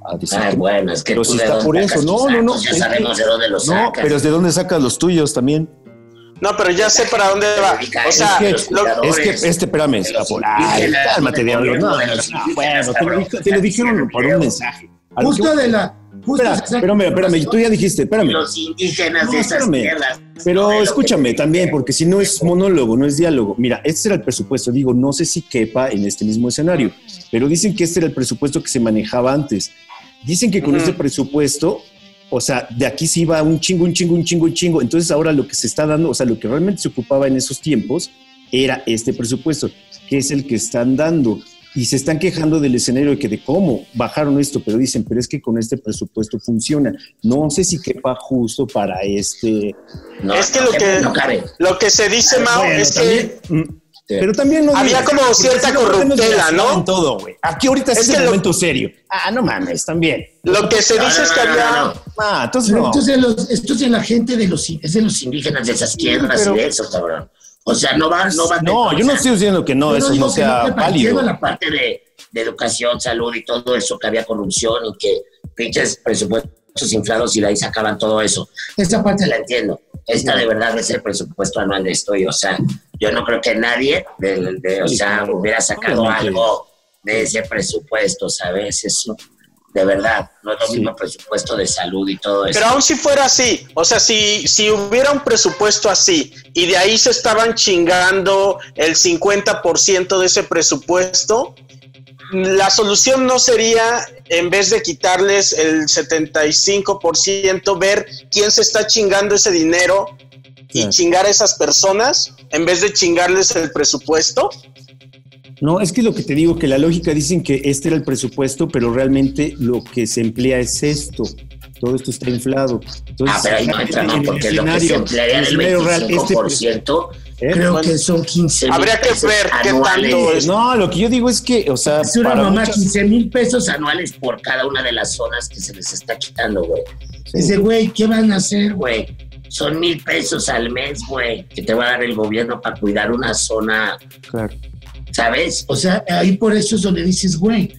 Speaker 3: a decir
Speaker 2: Ay,
Speaker 3: que no.
Speaker 2: Ah, bueno, es que
Speaker 3: Pero
Speaker 2: tú
Speaker 3: si
Speaker 2: de
Speaker 3: está
Speaker 2: dónde
Speaker 3: por
Speaker 2: sacas
Speaker 3: eso,
Speaker 2: tus
Speaker 3: no, no, no,
Speaker 2: datos, Ya
Speaker 3: es que-
Speaker 2: sabemos de dónde los
Speaker 3: No,
Speaker 2: sacas.
Speaker 3: pero ¿de dónde sacas los tuyos también?
Speaker 1: No, pero ya sé para dónde va. O sea,
Speaker 3: Es que-
Speaker 1: lo-
Speaker 3: Es que, este, espérame,
Speaker 2: de los
Speaker 3: Japón.
Speaker 2: indígenas,
Speaker 3: Ay, cálmate,
Speaker 2: del
Speaker 3: diablo. No,
Speaker 2: gobierno
Speaker 3: no,
Speaker 2: de los
Speaker 3: no, bueno, te lo,
Speaker 2: indígenas,
Speaker 3: dije- te lo dijeron por un mensaje. A lo
Speaker 2: Justo
Speaker 3: que-
Speaker 2: de la... justo
Speaker 3: Espera,
Speaker 2: se sacan
Speaker 3: espérame, espérame, tú ya dijiste, espérame.
Speaker 2: Los indígenas
Speaker 3: No,
Speaker 2: de esas
Speaker 3: espérame.
Speaker 2: tierras.
Speaker 3: Pero
Speaker 2: de lo que-
Speaker 3: escúchame también, porque si no es monólogo, no es diálogo. Mira, este era el presupuesto, digo, no sé si quepa en este mismo escenario, pero dicen que este era el presupuesto que se manejaba antes. Dicen que con
Speaker 1: Ujú.
Speaker 3: este presupuesto, o sea, de aquí se iba un chingo, un chingo, un chingo, un chingo. Entonces ahora lo que se está dando, o sea, lo que realmente se ocupaba en esos tiempos era este presupuesto, que es el que están dando. Y se están quejando del escenario de que de cómo bajaron esto, pero dicen, pero es que con este presupuesto funciona. No sé si quepa justo para este,
Speaker 2: No,
Speaker 1: Es que
Speaker 2: no
Speaker 1: lo
Speaker 2: cabe,
Speaker 1: que-
Speaker 2: No cabe.
Speaker 1: lo que se dice,
Speaker 2: Ah,
Speaker 1: Mao,
Speaker 3: Bueno,
Speaker 1: es que
Speaker 3: también- mm, Pero también no
Speaker 1: Había
Speaker 3: digas,
Speaker 1: como
Speaker 3: porque
Speaker 1: cierta
Speaker 3: si no, ponemos
Speaker 1: corruptela,
Speaker 3: relación
Speaker 1: ¿no?
Speaker 3: en todo, güey. Aquí ahorita sí
Speaker 1: Es
Speaker 3: es
Speaker 1: que
Speaker 3: el
Speaker 1: lo-
Speaker 3: momento serio. Ah, no mames, también.
Speaker 1: lo que se
Speaker 2: No,
Speaker 1: dice
Speaker 2: no,
Speaker 1: es que
Speaker 2: no, no,
Speaker 1: había...
Speaker 2: no, no.
Speaker 3: Ah, entonces
Speaker 2: Pero
Speaker 3: no.
Speaker 2: entonces los- esto es de la gente de los, es de los indígenas de esas tierras
Speaker 3: pero-
Speaker 2: y de eso, cabrón. O sea, no va, no va.
Speaker 3: no, yo no estoy diciendo que no, eso no sea válido.
Speaker 2: la parte de, de educación, salud y todo eso, que había corrupción y que pinches presupuestos inflados y de ahí sacaban todo eso. Esta parte la entiendo. Esta de verdad es el presupuesto anual de esto y, o sea, yo no creo que nadie, de, de- o
Speaker 3: Sí,
Speaker 2: sea,
Speaker 3: claro.
Speaker 2: hubiera sacado
Speaker 3: Obviamente.
Speaker 2: algo de ese presupuesto, ¿sabes? Eso, de verdad, no es lo
Speaker 3: Sí.
Speaker 2: mismo presupuesto de salud y todo eso.
Speaker 1: Pero aún si fuera así, o sea, si, si hubiera un presupuesto así y de ahí se estaban chingando el 50% de ese presupuesto, la solución no sería, en vez de quitarles el 75%, ver quién se está chingando ese dinero y
Speaker 3: Claro.
Speaker 1: chingar a esas personas, en vez de chingarles el presupuesto.
Speaker 3: No, es que lo que te digo, que la lógica dicen que este era el presupuesto, pero realmente lo que se emplea es esto. Todo esto está inflado. Entonces,
Speaker 2: ah, pero ahí no entra, no,
Speaker 3: en el
Speaker 2: porque lo que se
Speaker 3: escenario-
Speaker 2: emplearía
Speaker 3: en el
Speaker 2: del
Speaker 3: escenario real, este
Speaker 2: 25%
Speaker 3: ¿eh?
Speaker 2: Creo
Speaker 1: Bueno,
Speaker 2: que son 15 mil
Speaker 1: habría que
Speaker 2: pesos
Speaker 1: ver qué
Speaker 2: anuales.
Speaker 1: tanto
Speaker 3: Pues no, lo que yo digo es que, o sea,
Speaker 2: Es una
Speaker 3: para
Speaker 2: mamá,
Speaker 3: muchas-
Speaker 2: 15 mil pesos anuales por cada una de las zonas que se les está quitando, güey. Dice, güey, ¿qué van a hacer, güey? Son mil pesos al mes, güey, que te va a dar el gobierno para cuidar una zona,
Speaker 3: Claro.
Speaker 2: ¿sabes? O sea, ahí por eso es donde dices, güey,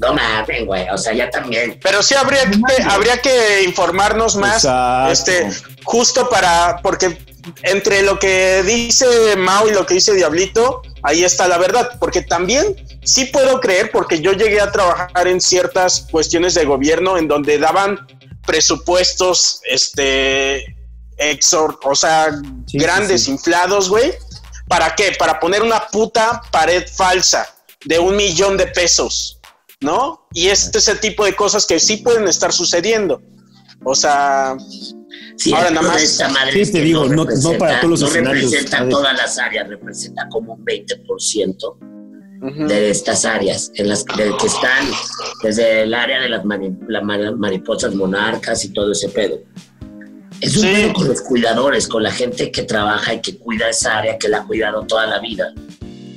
Speaker 2: no mames, güey, o sea, ya también.
Speaker 1: Pero sí habría que, habría que informarnos más,
Speaker 3: Exacto.
Speaker 1: este, justo para, porque entre lo que dice Mao y lo que dice Diablito, ahí está la verdad, porque también sí puedo creer, porque yo llegué a trabajar en ciertas cuestiones de gobierno en donde daban presupuestos, este, exor, o sea,
Speaker 3: Sí,
Speaker 1: grandes,
Speaker 3: sí, sí.
Speaker 1: inflados, güey. ¿Para qué? Para poner una puta pared falsa de un millón de pesos, ¿no? Y este es ese tipo de cosas que sí pueden estar sucediendo. O sea,
Speaker 2: Sí,
Speaker 1: Ahora
Speaker 2: el
Speaker 1: nada
Speaker 2: pedo
Speaker 1: más-
Speaker 2: de esta madre
Speaker 3: Sí,
Speaker 2: es
Speaker 3: te
Speaker 2: que
Speaker 3: digo, no- no
Speaker 2: representa-
Speaker 3: para todos los
Speaker 2: no
Speaker 3: escenarios,
Speaker 2: representa
Speaker 3: ¿sabes?
Speaker 2: todas las áreas, representa como un 20%.
Speaker 1: ujú.
Speaker 2: de estas áreas, en las que, que están desde el área de las mari- la ma- mariposas monarcas y todo ese pedo. Es un
Speaker 1: Sí.
Speaker 2: pedo con los cuidadores, con la gente que trabaja y que cuida esa área, que la ha cuidado toda la vida.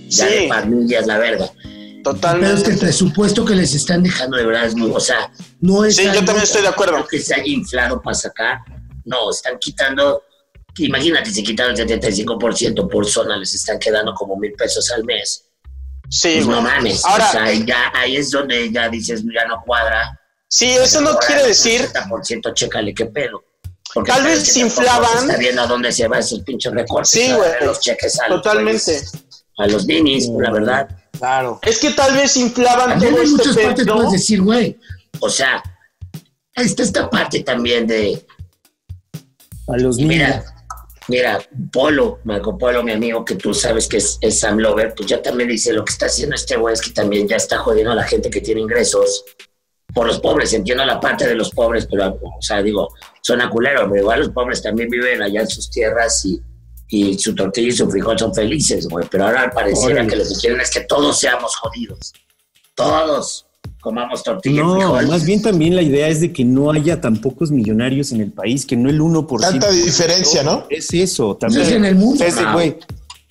Speaker 2: Ya
Speaker 1: Sí.
Speaker 2: de familias, la verga. Pero es que
Speaker 1: totalmente.
Speaker 2: el presupuesto que les están dejando de verdad es muy, o sea, no es.
Speaker 1: Sí, yo
Speaker 2: algo
Speaker 1: también estoy de acuerdo.
Speaker 2: Que se haya inflado para sacar. No, están quitando. Imagínate, si quitaron el 75% por zona, les están quedando como mil pesos al mes
Speaker 1: Sí,
Speaker 2: pues
Speaker 1: güey.
Speaker 2: no mames.
Speaker 1: Ahora-
Speaker 2: o sea, ya, ahí es donde ya dices, ya no cuadra.
Speaker 1: Sí, eso no
Speaker 2: Ahora,
Speaker 1: quiere
Speaker 2: el
Speaker 1: decir
Speaker 2: 80%, chécale qué pedo. Porque
Speaker 1: Tal
Speaker 2: el pedo
Speaker 1: vez
Speaker 2: es que
Speaker 1: inflaban-
Speaker 2: tampoco se Está viendo a dónde se va esos pinches recortes.
Speaker 1: Sí,
Speaker 2: a
Speaker 1: güey.
Speaker 2: darle Los cheques a los
Speaker 1: totalmente.
Speaker 2: güeyes, A los ninis, la verdad.
Speaker 4: Claro.
Speaker 1: Es que tal vez inflaban
Speaker 2: También
Speaker 1: todo
Speaker 2: en muchas
Speaker 1: este
Speaker 2: partes
Speaker 1: pedo.
Speaker 2: puedes decir, güey. O sea, ahí está esta parte también de.
Speaker 3: A los niños.
Speaker 2: Mira, mira, Polo, Marco Polo, mi amigo, que tú sabes que es, es Sam Lover, pues ya también dice, lo que está haciendo este güey es que también ya está jodiendo a la gente que tiene ingresos por los pobres, entiendo la parte de los pobres, pero, o sea, digo, son culeros, pero igual los pobres también viven allá en sus tierras y, y su tortilla y su frijol son felices, güey, pero ahora pareciera
Speaker 3: Órale.
Speaker 2: que lo que quieren es que todos seamos jodidos, todos comamos tortilla y
Speaker 3: No,
Speaker 2: frijol.
Speaker 3: más bien también la idea es de que no haya tan pocos millonarios en el país, que no el 1%.
Speaker 6: Tanta diferencia, ¿no?
Speaker 3: Es eso,
Speaker 2: Eso
Speaker 3: también.
Speaker 2: es en el mundo.
Speaker 3: Es de,
Speaker 2: ma.
Speaker 3: güey.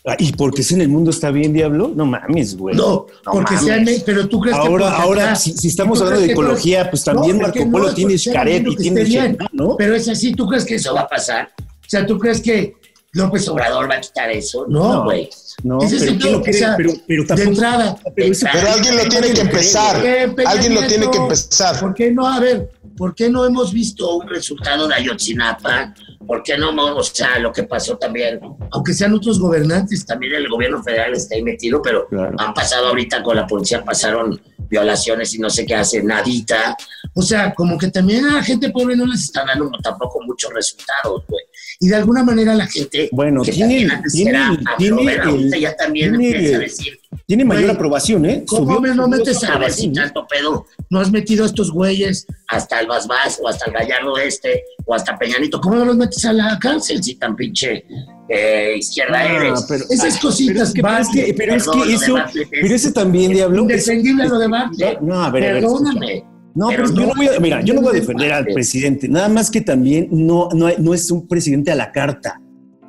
Speaker 3: ah, ¿Y porque es en el mundo está bien, diablo? No mames, güey.
Speaker 2: No,
Speaker 3: No
Speaker 2: porque
Speaker 3: mames.
Speaker 2: sean, pero tú crees que
Speaker 3: Ahora,
Speaker 2: porque
Speaker 3: ahora,
Speaker 2: acá-
Speaker 3: si, si estamos
Speaker 2: ¿tú
Speaker 3: hablando de
Speaker 2: crees que no-
Speaker 3: ecología, pues también
Speaker 2: No, porque
Speaker 3: Marco Polo
Speaker 2: no,
Speaker 3: tiene
Speaker 2: porque está
Speaker 3: Xcaret
Speaker 2: viendo
Speaker 3: y
Speaker 2: que
Speaker 3: tiene
Speaker 2: esté bien.
Speaker 3: Xenón, ¿no?
Speaker 2: Pero es así, ¿tú crees que eso va a pasar? O sea, ¿tú crees que López Obrador va a quitar eso?
Speaker 3: No,
Speaker 2: No, güey.
Speaker 3: No,
Speaker 2: Ese es
Speaker 3: pero
Speaker 2: el
Speaker 3: ¿quién
Speaker 2: pedo,
Speaker 3: lo
Speaker 2: o
Speaker 3: cree?
Speaker 2: sea,
Speaker 3: pero, pero
Speaker 2: de
Speaker 3: tampoco.
Speaker 2: entrada.
Speaker 3: pero eso-
Speaker 6: Pero alguien lo tiene que empezar. Alguien lo tiene que empezar.
Speaker 2: ¿Por qué no? A ver, ¿por qué no hemos visto un resultado de Ayotzinapa? ¿Por qué no, o sea, lo que pasó también? Aunque sean otros gobernantes, también el gobierno federal está ahí metido, pero
Speaker 3: Claro.
Speaker 2: han pasado ahorita con la policía, pasaron violaciones y no sé qué hace, nadita. O sea, como que también a la gente pobre no les están dando tampoco muchos resultados, güey. Y de alguna manera la gente.
Speaker 3: Bueno,
Speaker 2: que
Speaker 3: tiene-
Speaker 2: también antes
Speaker 3: tiene-
Speaker 2: era
Speaker 3: tiene
Speaker 2: afrover, ahorita
Speaker 3: el-
Speaker 2: ya también
Speaker 3: tiene-
Speaker 2: empieza a decir.
Speaker 3: Tiene mayor
Speaker 2: Güey,
Speaker 3: aprobación, ¿eh?
Speaker 2: ¿Cómo
Speaker 3: Subió-
Speaker 2: me no
Speaker 3: subió
Speaker 2: metes
Speaker 3: la
Speaker 2: a ver si
Speaker 3: aprobación, ¿eh?
Speaker 2: tanto pedo? ¿No has metido a estos güeyes hasta el Basbás o hasta el Gallardo este o hasta Peñanito? ¿Cómo no los metes a la cárcel si tan pinche eh, izquierda
Speaker 3: Ah,
Speaker 2: eres?
Speaker 3: pero-
Speaker 2: Esas
Speaker 3: ah, pero
Speaker 2: cositas
Speaker 3: es que, pero es que-
Speaker 2: Bartlett,
Speaker 3: pero es que
Speaker 2: perdón, lo de
Speaker 3: eso,
Speaker 2: Bartlett es
Speaker 3: pero ese también, diablo. es- este
Speaker 2: Indefendible lo de Bartlett.
Speaker 3: No, a ver, a ver,
Speaker 2: Perdóname.
Speaker 3: No,
Speaker 2: Pero
Speaker 3: pero, yo no
Speaker 2: no,
Speaker 3: voy a, mira, yo no voy a
Speaker 2: no
Speaker 3: defender al
Speaker 2: mames.
Speaker 3: presidente, nada más que también no, no, hay- no es un presidente a la carta.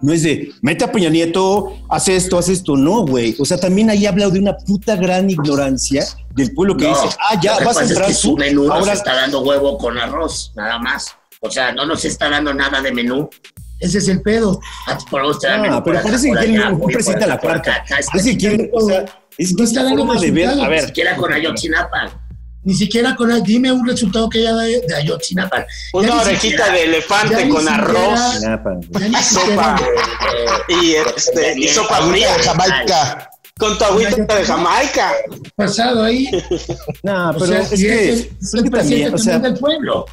Speaker 3: No es de, mete a Peña Nieto, haz esto, haz esto, no, güey. O sea, también ahí habla de una puta gran ignorancia del pueblo que
Speaker 2: No,
Speaker 3: dice, ah,
Speaker 2: lo
Speaker 3: ya,
Speaker 2: que
Speaker 3: vas a
Speaker 2: pasa es
Speaker 3: entrar
Speaker 2: que su
Speaker 3: tú,
Speaker 2: menú nos
Speaker 3: ahora
Speaker 2: está dando huevo con arroz, nada más. O sea, no nos está dando nada de menú. Ese es el pedo. Ah, por vos te dan
Speaker 3: Ah,
Speaker 2: menú por
Speaker 3: pero
Speaker 2: acá,
Speaker 3: parece que
Speaker 2: por
Speaker 3: quieren
Speaker 2: allá,
Speaker 3: un
Speaker 2: pollo
Speaker 3: presidente a
Speaker 2: por
Speaker 3: la
Speaker 2: acá, por
Speaker 3: carta.
Speaker 2: acá, Ah, acá, está
Speaker 3: Parece que quieren, o sea, es que
Speaker 2: No está
Speaker 3: es
Speaker 2: dando
Speaker 3: forma de ver,
Speaker 2: resultados,
Speaker 3: a
Speaker 2: Ni
Speaker 3: ver,
Speaker 2: siquiera con Ayotzinapa. Ni siquiera con Ay- Dime un resultado que haya de, de Ayotzinapa.
Speaker 1: Una orejita de
Speaker 2: ya
Speaker 1: elefante
Speaker 2: ni
Speaker 1: con
Speaker 2: siquiera-
Speaker 1: arroz
Speaker 3: Napa, pues, güey.
Speaker 1: Sopa.
Speaker 2: eh,
Speaker 1: y, este, y sopa
Speaker 6: Agüita
Speaker 1: fría
Speaker 6: de Jamaica.
Speaker 1: con tu agüita de Jamaica.
Speaker 2: Pues, Pasado ahí.
Speaker 3: No,
Speaker 2: O
Speaker 3: pero
Speaker 2: sea,
Speaker 3: es,
Speaker 2: y es
Speaker 3: que,
Speaker 2: el-
Speaker 3: es
Speaker 2: es el
Speaker 3: que
Speaker 2: presidente
Speaker 3: también, o sea,
Speaker 2: también del pueblo.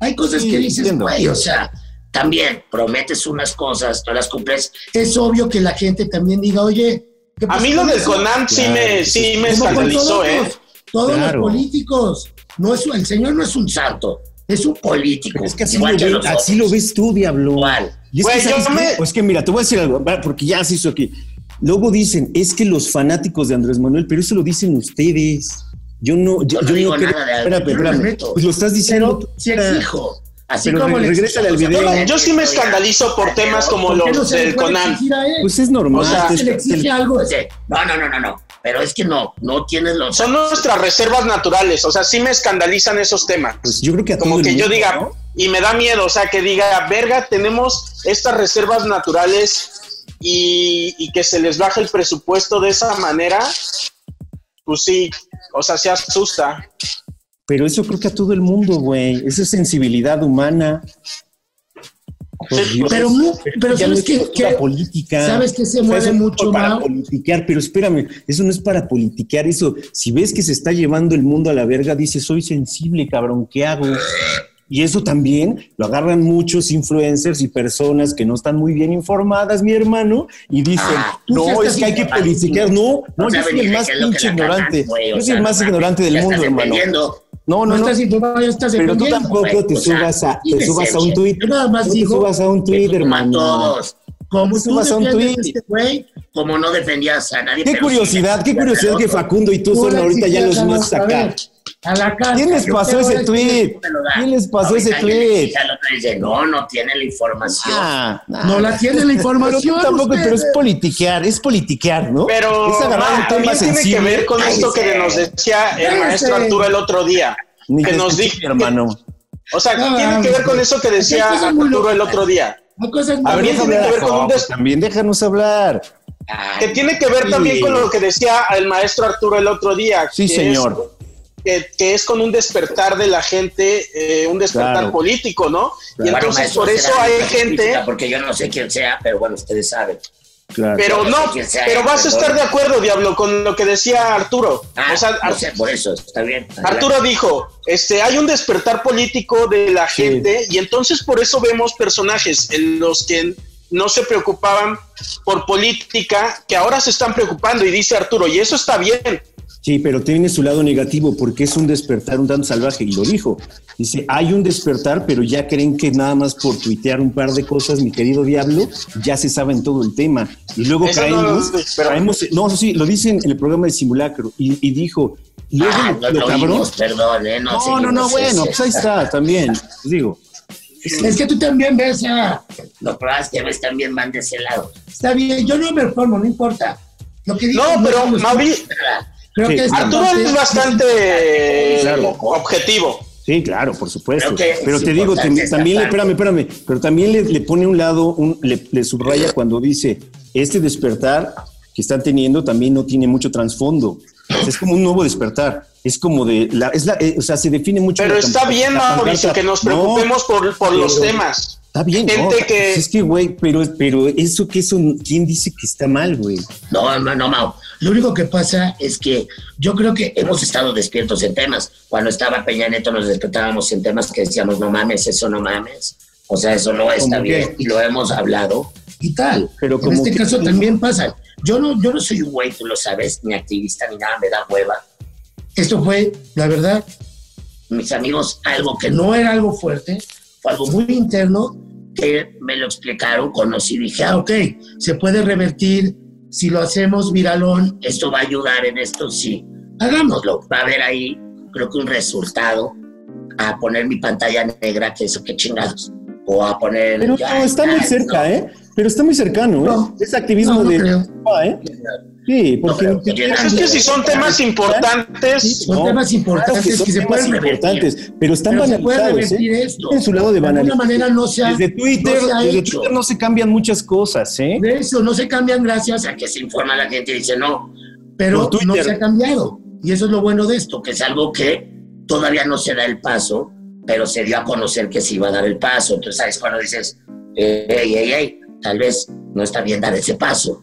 Speaker 2: Hay cosas
Speaker 3: Sí,
Speaker 2: que dices,
Speaker 3: entiendo.
Speaker 2: güey, o sea, también prometes unas cosas, no las cumples. Es obvio que la gente también diga, oye, ¿qué
Speaker 1: A
Speaker 2: pasó
Speaker 1: mí lo
Speaker 2: con
Speaker 1: del
Speaker 2: eso?
Speaker 1: Conan sí me, sí me
Speaker 2: Como con
Speaker 1: escandalizó,
Speaker 2: todos
Speaker 1: ¿eh?
Speaker 2: los- Todos
Speaker 3: Claro.
Speaker 2: los políticos. No es, el señor no es un santo, es un político.
Speaker 3: es que así,
Speaker 2: igual
Speaker 3: lo,
Speaker 2: que
Speaker 3: ve-
Speaker 2: nosotros.
Speaker 3: así lo ves tú, diablo.
Speaker 2: Igual.
Speaker 3: Y es,
Speaker 1: Güey,
Speaker 3: que,
Speaker 1: yo
Speaker 3: ¿sabes
Speaker 1: me-
Speaker 3: qué? O es que mira, te voy a decir algo, va, porque ya se hizo aquí. Luego dicen, es que los fanáticos de Andrés Manuel, pero eso lo dicen ustedes. Yo no, yo,
Speaker 2: Yo no
Speaker 3: yo
Speaker 2: digo
Speaker 3: creo-
Speaker 2: nada de-
Speaker 3: espérame,
Speaker 2: yo no me
Speaker 3: espérame.
Speaker 2: meto.
Speaker 3: Pues lo estás diciendo.
Speaker 2: Pero
Speaker 3: tú,
Speaker 2: sí
Speaker 3: cara.
Speaker 2: exijo. Así
Speaker 3: Pero
Speaker 2: como
Speaker 3: re-
Speaker 2: le
Speaker 3: regrésale al
Speaker 2: exigimos a
Speaker 3: video.
Speaker 1: Yo sí me escandalizo por temas como
Speaker 2: ¿Por qué
Speaker 1: los
Speaker 2: se le
Speaker 1: del
Speaker 2: puede
Speaker 1: Conan.
Speaker 2: exigir a él?
Speaker 3: Pues es normal.
Speaker 1: O sea,
Speaker 3: te-
Speaker 2: se le
Speaker 3: te-
Speaker 2: exige algo. dice, no, no, no, no, no. Pero es que no, no tienes los.
Speaker 1: Son nuestras reservas naturales, o sea, sí me escandalizan esos temas.
Speaker 3: pues yo creo que a
Speaker 1: Como
Speaker 3: todo el
Speaker 1: que yo
Speaker 3: mundo,
Speaker 1: diga,
Speaker 3: ¿no?
Speaker 1: y me da miedo, o sea, que diga, verga, tenemos estas reservas naturales y, y que se les baje el presupuesto de esa manera, pues sí, o sea, se asusta.
Speaker 3: Pero eso creo que a todo el mundo, güey. Eso es sensibilidad humana. Por
Speaker 1: Sí,
Speaker 3: Dios.
Speaker 2: Pero, mu- pero
Speaker 3: Ya no
Speaker 2: sabes
Speaker 3: es
Speaker 2: que,
Speaker 3: cultura
Speaker 5: Ah.
Speaker 3: política.
Speaker 2: sabes que se
Speaker 3: O sea,
Speaker 2: mueve
Speaker 3: Pues eso no es
Speaker 2: mucho
Speaker 3: para
Speaker 2: más.
Speaker 3: politiquear, pero espérame, eso no es para politiquear, eso, si ves que se está llevando el mundo a la verga, dices, soy sensible, cabrón, ¿qué hago? Y eso también lo agarran muchos influencers y personas que no están muy bien informadas, mi hermano, y dicen,
Speaker 2: Ah, tú sí
Speaker 3: no,
Speaker 2: estás
Speaker 3: es que hay que
Speaker 2: ignorante.
Speaker 3: politiquear. No, no,
Speaker 2: No
Speaker 3: yo
Speaker 2: sabes
Speaker 3: soy
Speaker 2: ni
Speaker 3: el
Speaker 2: de
Speaker 3: más
Speaker 2: qué es lo que
Speaker 3: pinche
Speaker 2: la cagan,
Speaker 3: ignorante.
Speaker 2: güey, o
Speaker 3: Yo soy
Speaker 2: sea,
Speaker 3: el más
Speaker 2: no
Speaker 3: ignorante
Speaker 2: mames,
Speaker 3: del
Speaker 2: ya
Speaker 3: mundo,
Speaker 2: estás
Speaker 3: hermano.
Speaker 2: entendiendo.
Speaker 3: No, no,
Speaker 2: No
Speaker 3: no.
Speaker 2: estás informado, ya estás
Speaker 3: Pero tú
Speaker 2: defendiendo,
Speaker 3: tampoco
Speaker 2: güey.
Speaker 3: te
Speaker 2: O sea,
Speaker 3: subas a-
Speaker 2: y
Speaker 3: te subas a un
Speaker 2: decepción.
Speaker 3: tuit.
Speaker 2: Yo nada más
Speaker 3: No te
Speaker 2: digo
Speaker 3: subas a un
Speaker 2: que
Speaker 3: tuit,
Speaker 2: tú
Speaker 3: hermano.
Speaker 2: matos. Como
Speaker 3: No te
Speaker 2: tú
Speaker 3: subas a un
Speaker 2: defiendes a
Speaker 3: tuit.
Speaker 2: este güey, como no defendías a nadie.
Speaker 3: Qué
Speaker 2: pero sí
Speaker 3: curiosidad, qué
Speaker 2: defendías
Speaker 3: curiosidad
Speaker 2: al
Speaker 3: que
Speaker 2: otro.
Speaker 3: Facundo y tú
Speaker 2: Tú
Speaker 3: son
Speaker 2: la
Speaker 3: ahorita ya los
Speaker 2: exigías,
Speaker 3: más
Speaker 2: a ver,
Speaker 3: acá.
Speaker 2: A la casa.
Speaker 3: ¿Quién les
Speaker 2: Yo
Speaker 3: pasó
Speaker 2: te voy
Speaker 3: ese
Speaker 2: a decir
Speaker 3: tuit?
Speaker 2: que tú me lo das.
Speaker 3: ¿Quién les pasó
Speaker 2: Ahorita
Speaker 3: ese
Speaker 2: yo le
Speaker 3: tuit?
Speaker 2: dije al otro, dice, no, no tiene la información.
Speaker 3: Ah, ah.
Speaker 2: no la tiene la
Speaker 3: Pero tú
Speaker 2: información.
Speaker 3: tampoco, pero es
Speaker 2: ustedes.
Speaker 3: politiquear, es politiquear, ¿no?
Speaker 1: Pero
Speaker 3: es agarrar
Speaker 1: ah,
Speaker 3: un tema
Speaker 1: también tiene
Speaker 3: sensible.
Speaker 1: que ver con esto
Speaker 2: Cállese.
Speaker 1: que nos decía el maestro
Speaker 2: Cállese.
Speaker 1: Arturo el otro día.
Speaker 3: Ni
Speaker 1: que
Speaker 3: te
Speaker 1: nos
Speaker 3: escuché,
Speaker 1: diga-
Speaker 3: hermano.
Speaker 1: O sea,
Speaker 2: No,
Speaker 1: tiene que
Speaker 2: mames,
Speaker 1: ver con eso que decía
Speaker 2: Estas son muy
Speaker 1: Arturo el
Speaker 2: locas.
Speaker 1: otro día.
Speaker 2: Una cosa es
Speaker 1: A ver,
Speaker 2: no-
Speaker 1: déjame- tiene que ver con un
Speaker 3: No, pues
Speaker 1: des-
Speaker 3: También déjanos hablar.
Speaker 2: Ay,
Speaker 1: Que tiene que ver también
Speaker 3: Sí.
Speaker 1: con lo que decía el maestro Arturo el otro día.
Speaker 3: Sí,
Speaker 1: que es-
Speaker 3: señor.
Speaker 1: que, que es con un despertar de la gente, eh, un despertar
Speaker 3: Claro.
Speaker 1: político, ¿no? Y
Speaker 2: bueno,
Speaker 1: entonces
Speaker 2: maestro,
Speaker 1: por eso
Speaker 2: será
Speaker 1: hay
Speaker 2: una
Speaker 1: gente,
Speaker 2: crítica, Porque yo no sé quién sea, pero bueno, ustedes saben.
Speaker 3: Claro.
Speaker 1: pero
Speaker 2: yo no sé
Speaker 1: no,
Speaker 2: quién sea,
Speaker 1: pero vas a
Speaker 2: perdón.
Speaker 1: estar de acuerdo, Diablo, con lo que decía Arturo.
Speaker 2: Ah,
Speaker 1: o sea,
Speaker 2: no
Speaker 1: Ar-
Speaker 2: sé, por eso, está bien. adelante.
Speaker 1: Arturo dijo, este, hay un despertar político de la
Speaker 3: Sí.
Speaker 1: gente y entonces por eso vemos personajes en los que no se preocupaban por política, que ahora se están preocupando y dice Arturo, y eso está bien,
Speaker 3: Sí, pero tiene su lado negativo porque es un despertar un tanto salvaje y lo dijo. Dice, hay un despertar, pero ya creen que nada más por tuitear un par de cosas, mi querido diablo, ya se saben todo el tema. Y luego
Speaker 1: Eso no lo
Speaker 3: caemos,
Speaker 1: estoy esperando.
Speaker 3: caemos- no, sí, lo dice en el programa de Simulacro y, y dijo, luego
Speaker 2: Ah,
Speaker 3: lo,
Speaker 2: no
Speaker 3: lo
Speaker 2: lo
Speaker 3: cabrón-
Speaker 2: oímos, perdón, eh, no,
Speaker 3: No, no,
Speaker 2: seguimos
Speaker 3: no, bueno,
Speaker 2: ese.
Speaker 3: pues ahí está, también, digo.
Speaker 2: Es que tú también ves a... Los programas que ves también van de ese lado. Está bien, yo no me informo, no importa. Lo que digo
Speaker 1: No,
Speaker 2: es
Speaker 1: pero,
Speaker 2: lo que-
Speaker 1: Mauri-
Speaker 2: Creo
Speaker 3: Sí,
Speaker 2: que este esta
Speaker 1: Arturo
Speaker 2: parte-
Speaker 1: es bastante
Speaker 3: Claro.
Speaker 1: objetivo.
Speaker 3: Sí, claro, por supuesto.
Speaker 2: Creo que
Speaker 3: Pero
Speaker 2: es
Speaker 3: te digo,
Speaker 2: importante
Speaker 3: tam- también, le-
Speaker 2: destacar.
Speaker 3: espérame, espérame, pero también le, le pone un lado, un- le, le subraya cuando dice, este despertar que están teniendo también no tiene mucho trasfondo. O sea, es como un nuevo despertar. Es como de, la, es la, eh, o sea, se define mucho.
Speaker 1: Pero
Speaker 3: la
Speaker 1: está
Speaker 3: campa-
Speaker 1: bien,
Speaker 3: la
Speaker 1: Mauricio,
Speaker 3: pancarta.
Speaker 1: que nos
Speaker 3: No,
Speaker 1: preocupemos por, por los
Speaker 3: pero-
Speaker 1: temas.
Speaker 3: Está bien, no,
Speaker 1: Gente que-
Speaker 3: pues es que, güey, pero, pero eso que eso, ¿quién dice que está mal, güey?
Speaker 2: No, no, no, Mau. Lo único que pasa es que yo creo que hemos estado despiertos en temas. Cuando estaba Peña Nieto nos despertábamos en temas que decíamos, no mames, eso no mames. O sea, eso no está
Speaker 3: ¿Cómo
Speaker 2: bien.
Speaker 3: qué?
Speaker 2: Y lo hemos hablado y tal.
Speaker 3: Pero
Speaker 2: en
Speaker 3: como
Speaker 2: este
Speaker 3: que-
Speaker 2: caso también pasa. Yo no, yo no soy un güey, tú lo sabes, ni activista ni nada, me da hueva. Esto fue, la verdad, mis amigos, algo que no era algo fuerte, fue algo muy interno que me lo explicaron, conocí, dije, ah, ok, se puede revertir, si lo hacemos viralón, esto va a ayudar en esto, sí, hagámoslo, va a haber ahí, creo que un resultado, a poner mi pantalla negra, que eso, qué chingados, o a poner...
Speaker 3: Pero
Speaker 2: ya,
Speaker 3: no, está
Speaker 2: ya,
Speaker 3: muy cerca,
Speaker 2: no.
Speaker 3: ¿eh? Pero está muy cercano, ¿eh?
Speaker 2: No.
Speaker 3: es activismo
Speaker 2: No, no
Speaker 3: de...
Speaker 2: creo.
Speaker 3: Ah, ¿eh? Sí, porque...
Speaker 2: No creo.
Speaker 1: Pues es que si son temas importantes,
Speaker 2: Son
Speaker 3: No,
Speaker 2: temas
Speaker 3: claro
Speaker 2: importantes
Speaker 3: que
Speaker 2: que,
Speaker 3: son
Speaker 2: se
Speaker 3: temas
Speaker 2: pueden revertir.
Speaker 3: importantes, pero están
Speaker 2: Pero se puede
Speaker 3: banalizados. ¿eh?
Speaker 2: revertir esto.
Speaker 3: En su lado de
Speaker 2: De alguna
Speaker 3: banalizar.
Speaker 2: manera no se ha,
Speaker 3: Desde Twitter,
Speaker 2: no se ha
Speaker 3: desde
Speaker 2: hecho.
Speaker 3: Twitter no se cambian muchas cosas, ¿eh?
Speaker 2: De eso no se cambian gracias a que se informa la gente y dice no, pero
Speaker 3: Por Twitter.
Speaker 2: no se ha cambiado. Y eso es lo bueno de esto, que es algo que todavía no se da el paso, pero se dio a conocer que se iba a dar el paso. Entonces, ¿sabes cuando dices, hey, hey, hey, tal vez no está bien dar ese paso?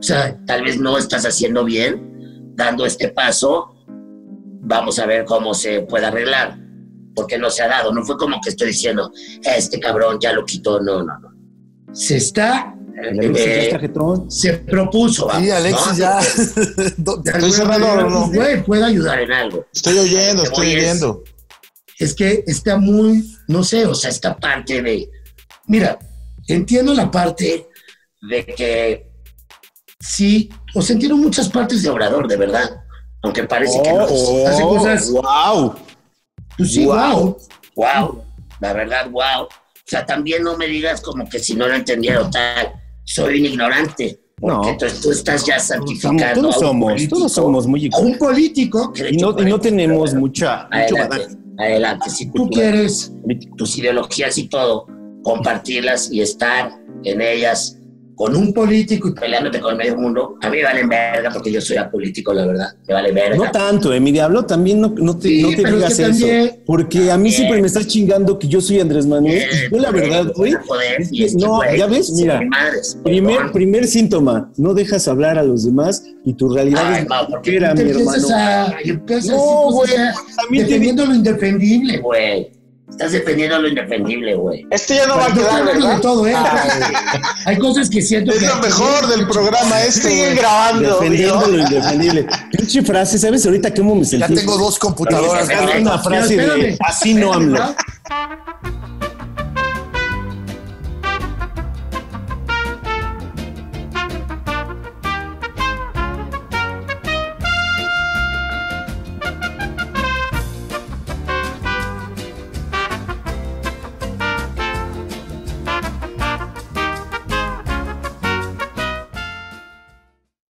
Speaker 2: O sea, tal vez no estás haciendo bien dando este paso. Vamos a ver cómo se puede arreglar, porque no se ha dado. No fue como que estoy diciendo, este cabrón ya lo quitó. No, no, no. Se está
Speaker 3: El
Speaker 2: Eh,
Speaker 3: Alexis ya está jetón.
Speaker 2: se propuso.
Speaker 4: Sí,
Speaker 2: vamos,
Speaker 4: Alexis
Speaker 2: ¿no?
Speaker 4: ya.
Speaker 2: De
Speaker 6: Estoy
Speaker 2: alguna
Speaker 6: cerrado,
Speaker 2: manera,
Speaker 6: no, no.
Speaker 2: pues, güey, puede ayudar en algo.
Speaker 6: Estoy oyendo,
Speaker 2: Te voy
Speaker 6: estoy
Speaker 2: es-
Speaker 6: oyendo.
Speaker 2: Es que está muy, no sé, o sea, esta parte de. Mira, entiendo la parte de que sí, o sea, entiendo muchas partes de Obrador, de verdad. Aunque parece que no.
Speaker 3: Oh,
Speaker 2: Hace cosas.
Speaker 3: wow.
Speaker 2: Pues sí, wow. Wow. La verdad, wow. O sea, también no me digas como que si no lo entendiera o tal, soy un ignorante.
Speaker 3: No.
Speaker 2: Porque entonces tú estás ya santificando.
Speaker 3: Somos- todos
Speaker 2: a un
Speaker 3: somos,
Speaker 2: político,
Speaker 3: todos somos muy
Speaker 2: a un
Speaker 3: iguales.
Speaker 2: político que le
Speaker 3: Y no,
Speaker 2: chupa
Speaker 3: y no
Speaker 2: el-
Speaker 3: tenemos mucha, mucho
Speaker 2: Adelante,
Speaker 3: bagaje.
Speaker 2: adelante. Si
Speaker 4: Tú
Speaker 2: tú quieres
Speaker 4: quieres
Speaker 2: tus ideologías y todo, compartirlas y estar en ellas con un
Speaker 4: un político y
Speaker 2: peleándote con el medio mundo, a mí me valen verga porque yo soy apolítico, la verdad. Me vale verga.
Speaker 3: No tanto, eh, mi diablo, también no, no te,
Speaker 4: Sí,
Speaker 3: no te
Speaker 4: pero
Speaker 3: digas
Speaker 4: que
Speaker 3: eso.
Speaker 4: también-
Speaker 3: Porque a mí
Speaker 2: Bien.
Speaker 3: siempre me estás chingando que yo soy Andrés Manuel.
Speaker 2: Eh,
Speaker 3: y yo, la
Speaker 2: poder,
Speaker 3: verdad, güey,
Speaker 2: poder,
Speaker 3: es
Speaker 2: y
Speaker 3: que
Speaker 2: este
Speaker 3: no,
Speaker 2: güey,
Speaker 3: ya ves,
Speaker 2: sí,
Speaker 3: mira,
Speaker 2: madres,
Speaker 3: primer,
Speaker 2: perdón.
Speaker 3: primer síntoma, no dejas hablar a los demás y tu realidad
Speaker 2: Ay,
Speaker 3: es
Speaker 2: va, ¿por qué
Speaker 3: era,
Speaker 4: te
Speaker 3: mi
Speaker 4: empiezas
Speaker 3: hermano.
Speaker 4: a, y empiezas
Speaker 2: pues,
Speaker 3: No,
Speaker 4: a decir
Speaker 3: güey,
Speaker 4: cosas
Speaker 3: también te
Speaker 4: defendiendo lo indefendible.
Speaker 2: güey. Estás defendiendo lo indefendible, güey.
Speaker 1: Este ya no va a
Speaker 4: Yo
Speaker 1: quedar,
Speaker 4: hablo de
Speaker 1: ¿verdad?
Speaker 4: todo, ¿eh?
Speaker 3: Ah.
Speaker 4: Hay cosas que siento
Speaker 6: Es
Speaker 4: que...
Speaker 6: lo mejor del programa este,
Speaker 1: Siguen
Speaker 6: güey.
Speaker 1: grabando.
Speaker 3: Defendiendo
Speaker 1: ¿no?
Speaker 3: lo indefendible. Pinche frase, ¿sabes? Ahorita qué me
Speaker 4: Ya
Speaker 3: sentí.
Speaker 4: tengo dos computadoras.
Speaker 3: Cada una frase de
Speaker 4: Espérame.
Speaker 3: así no hablo.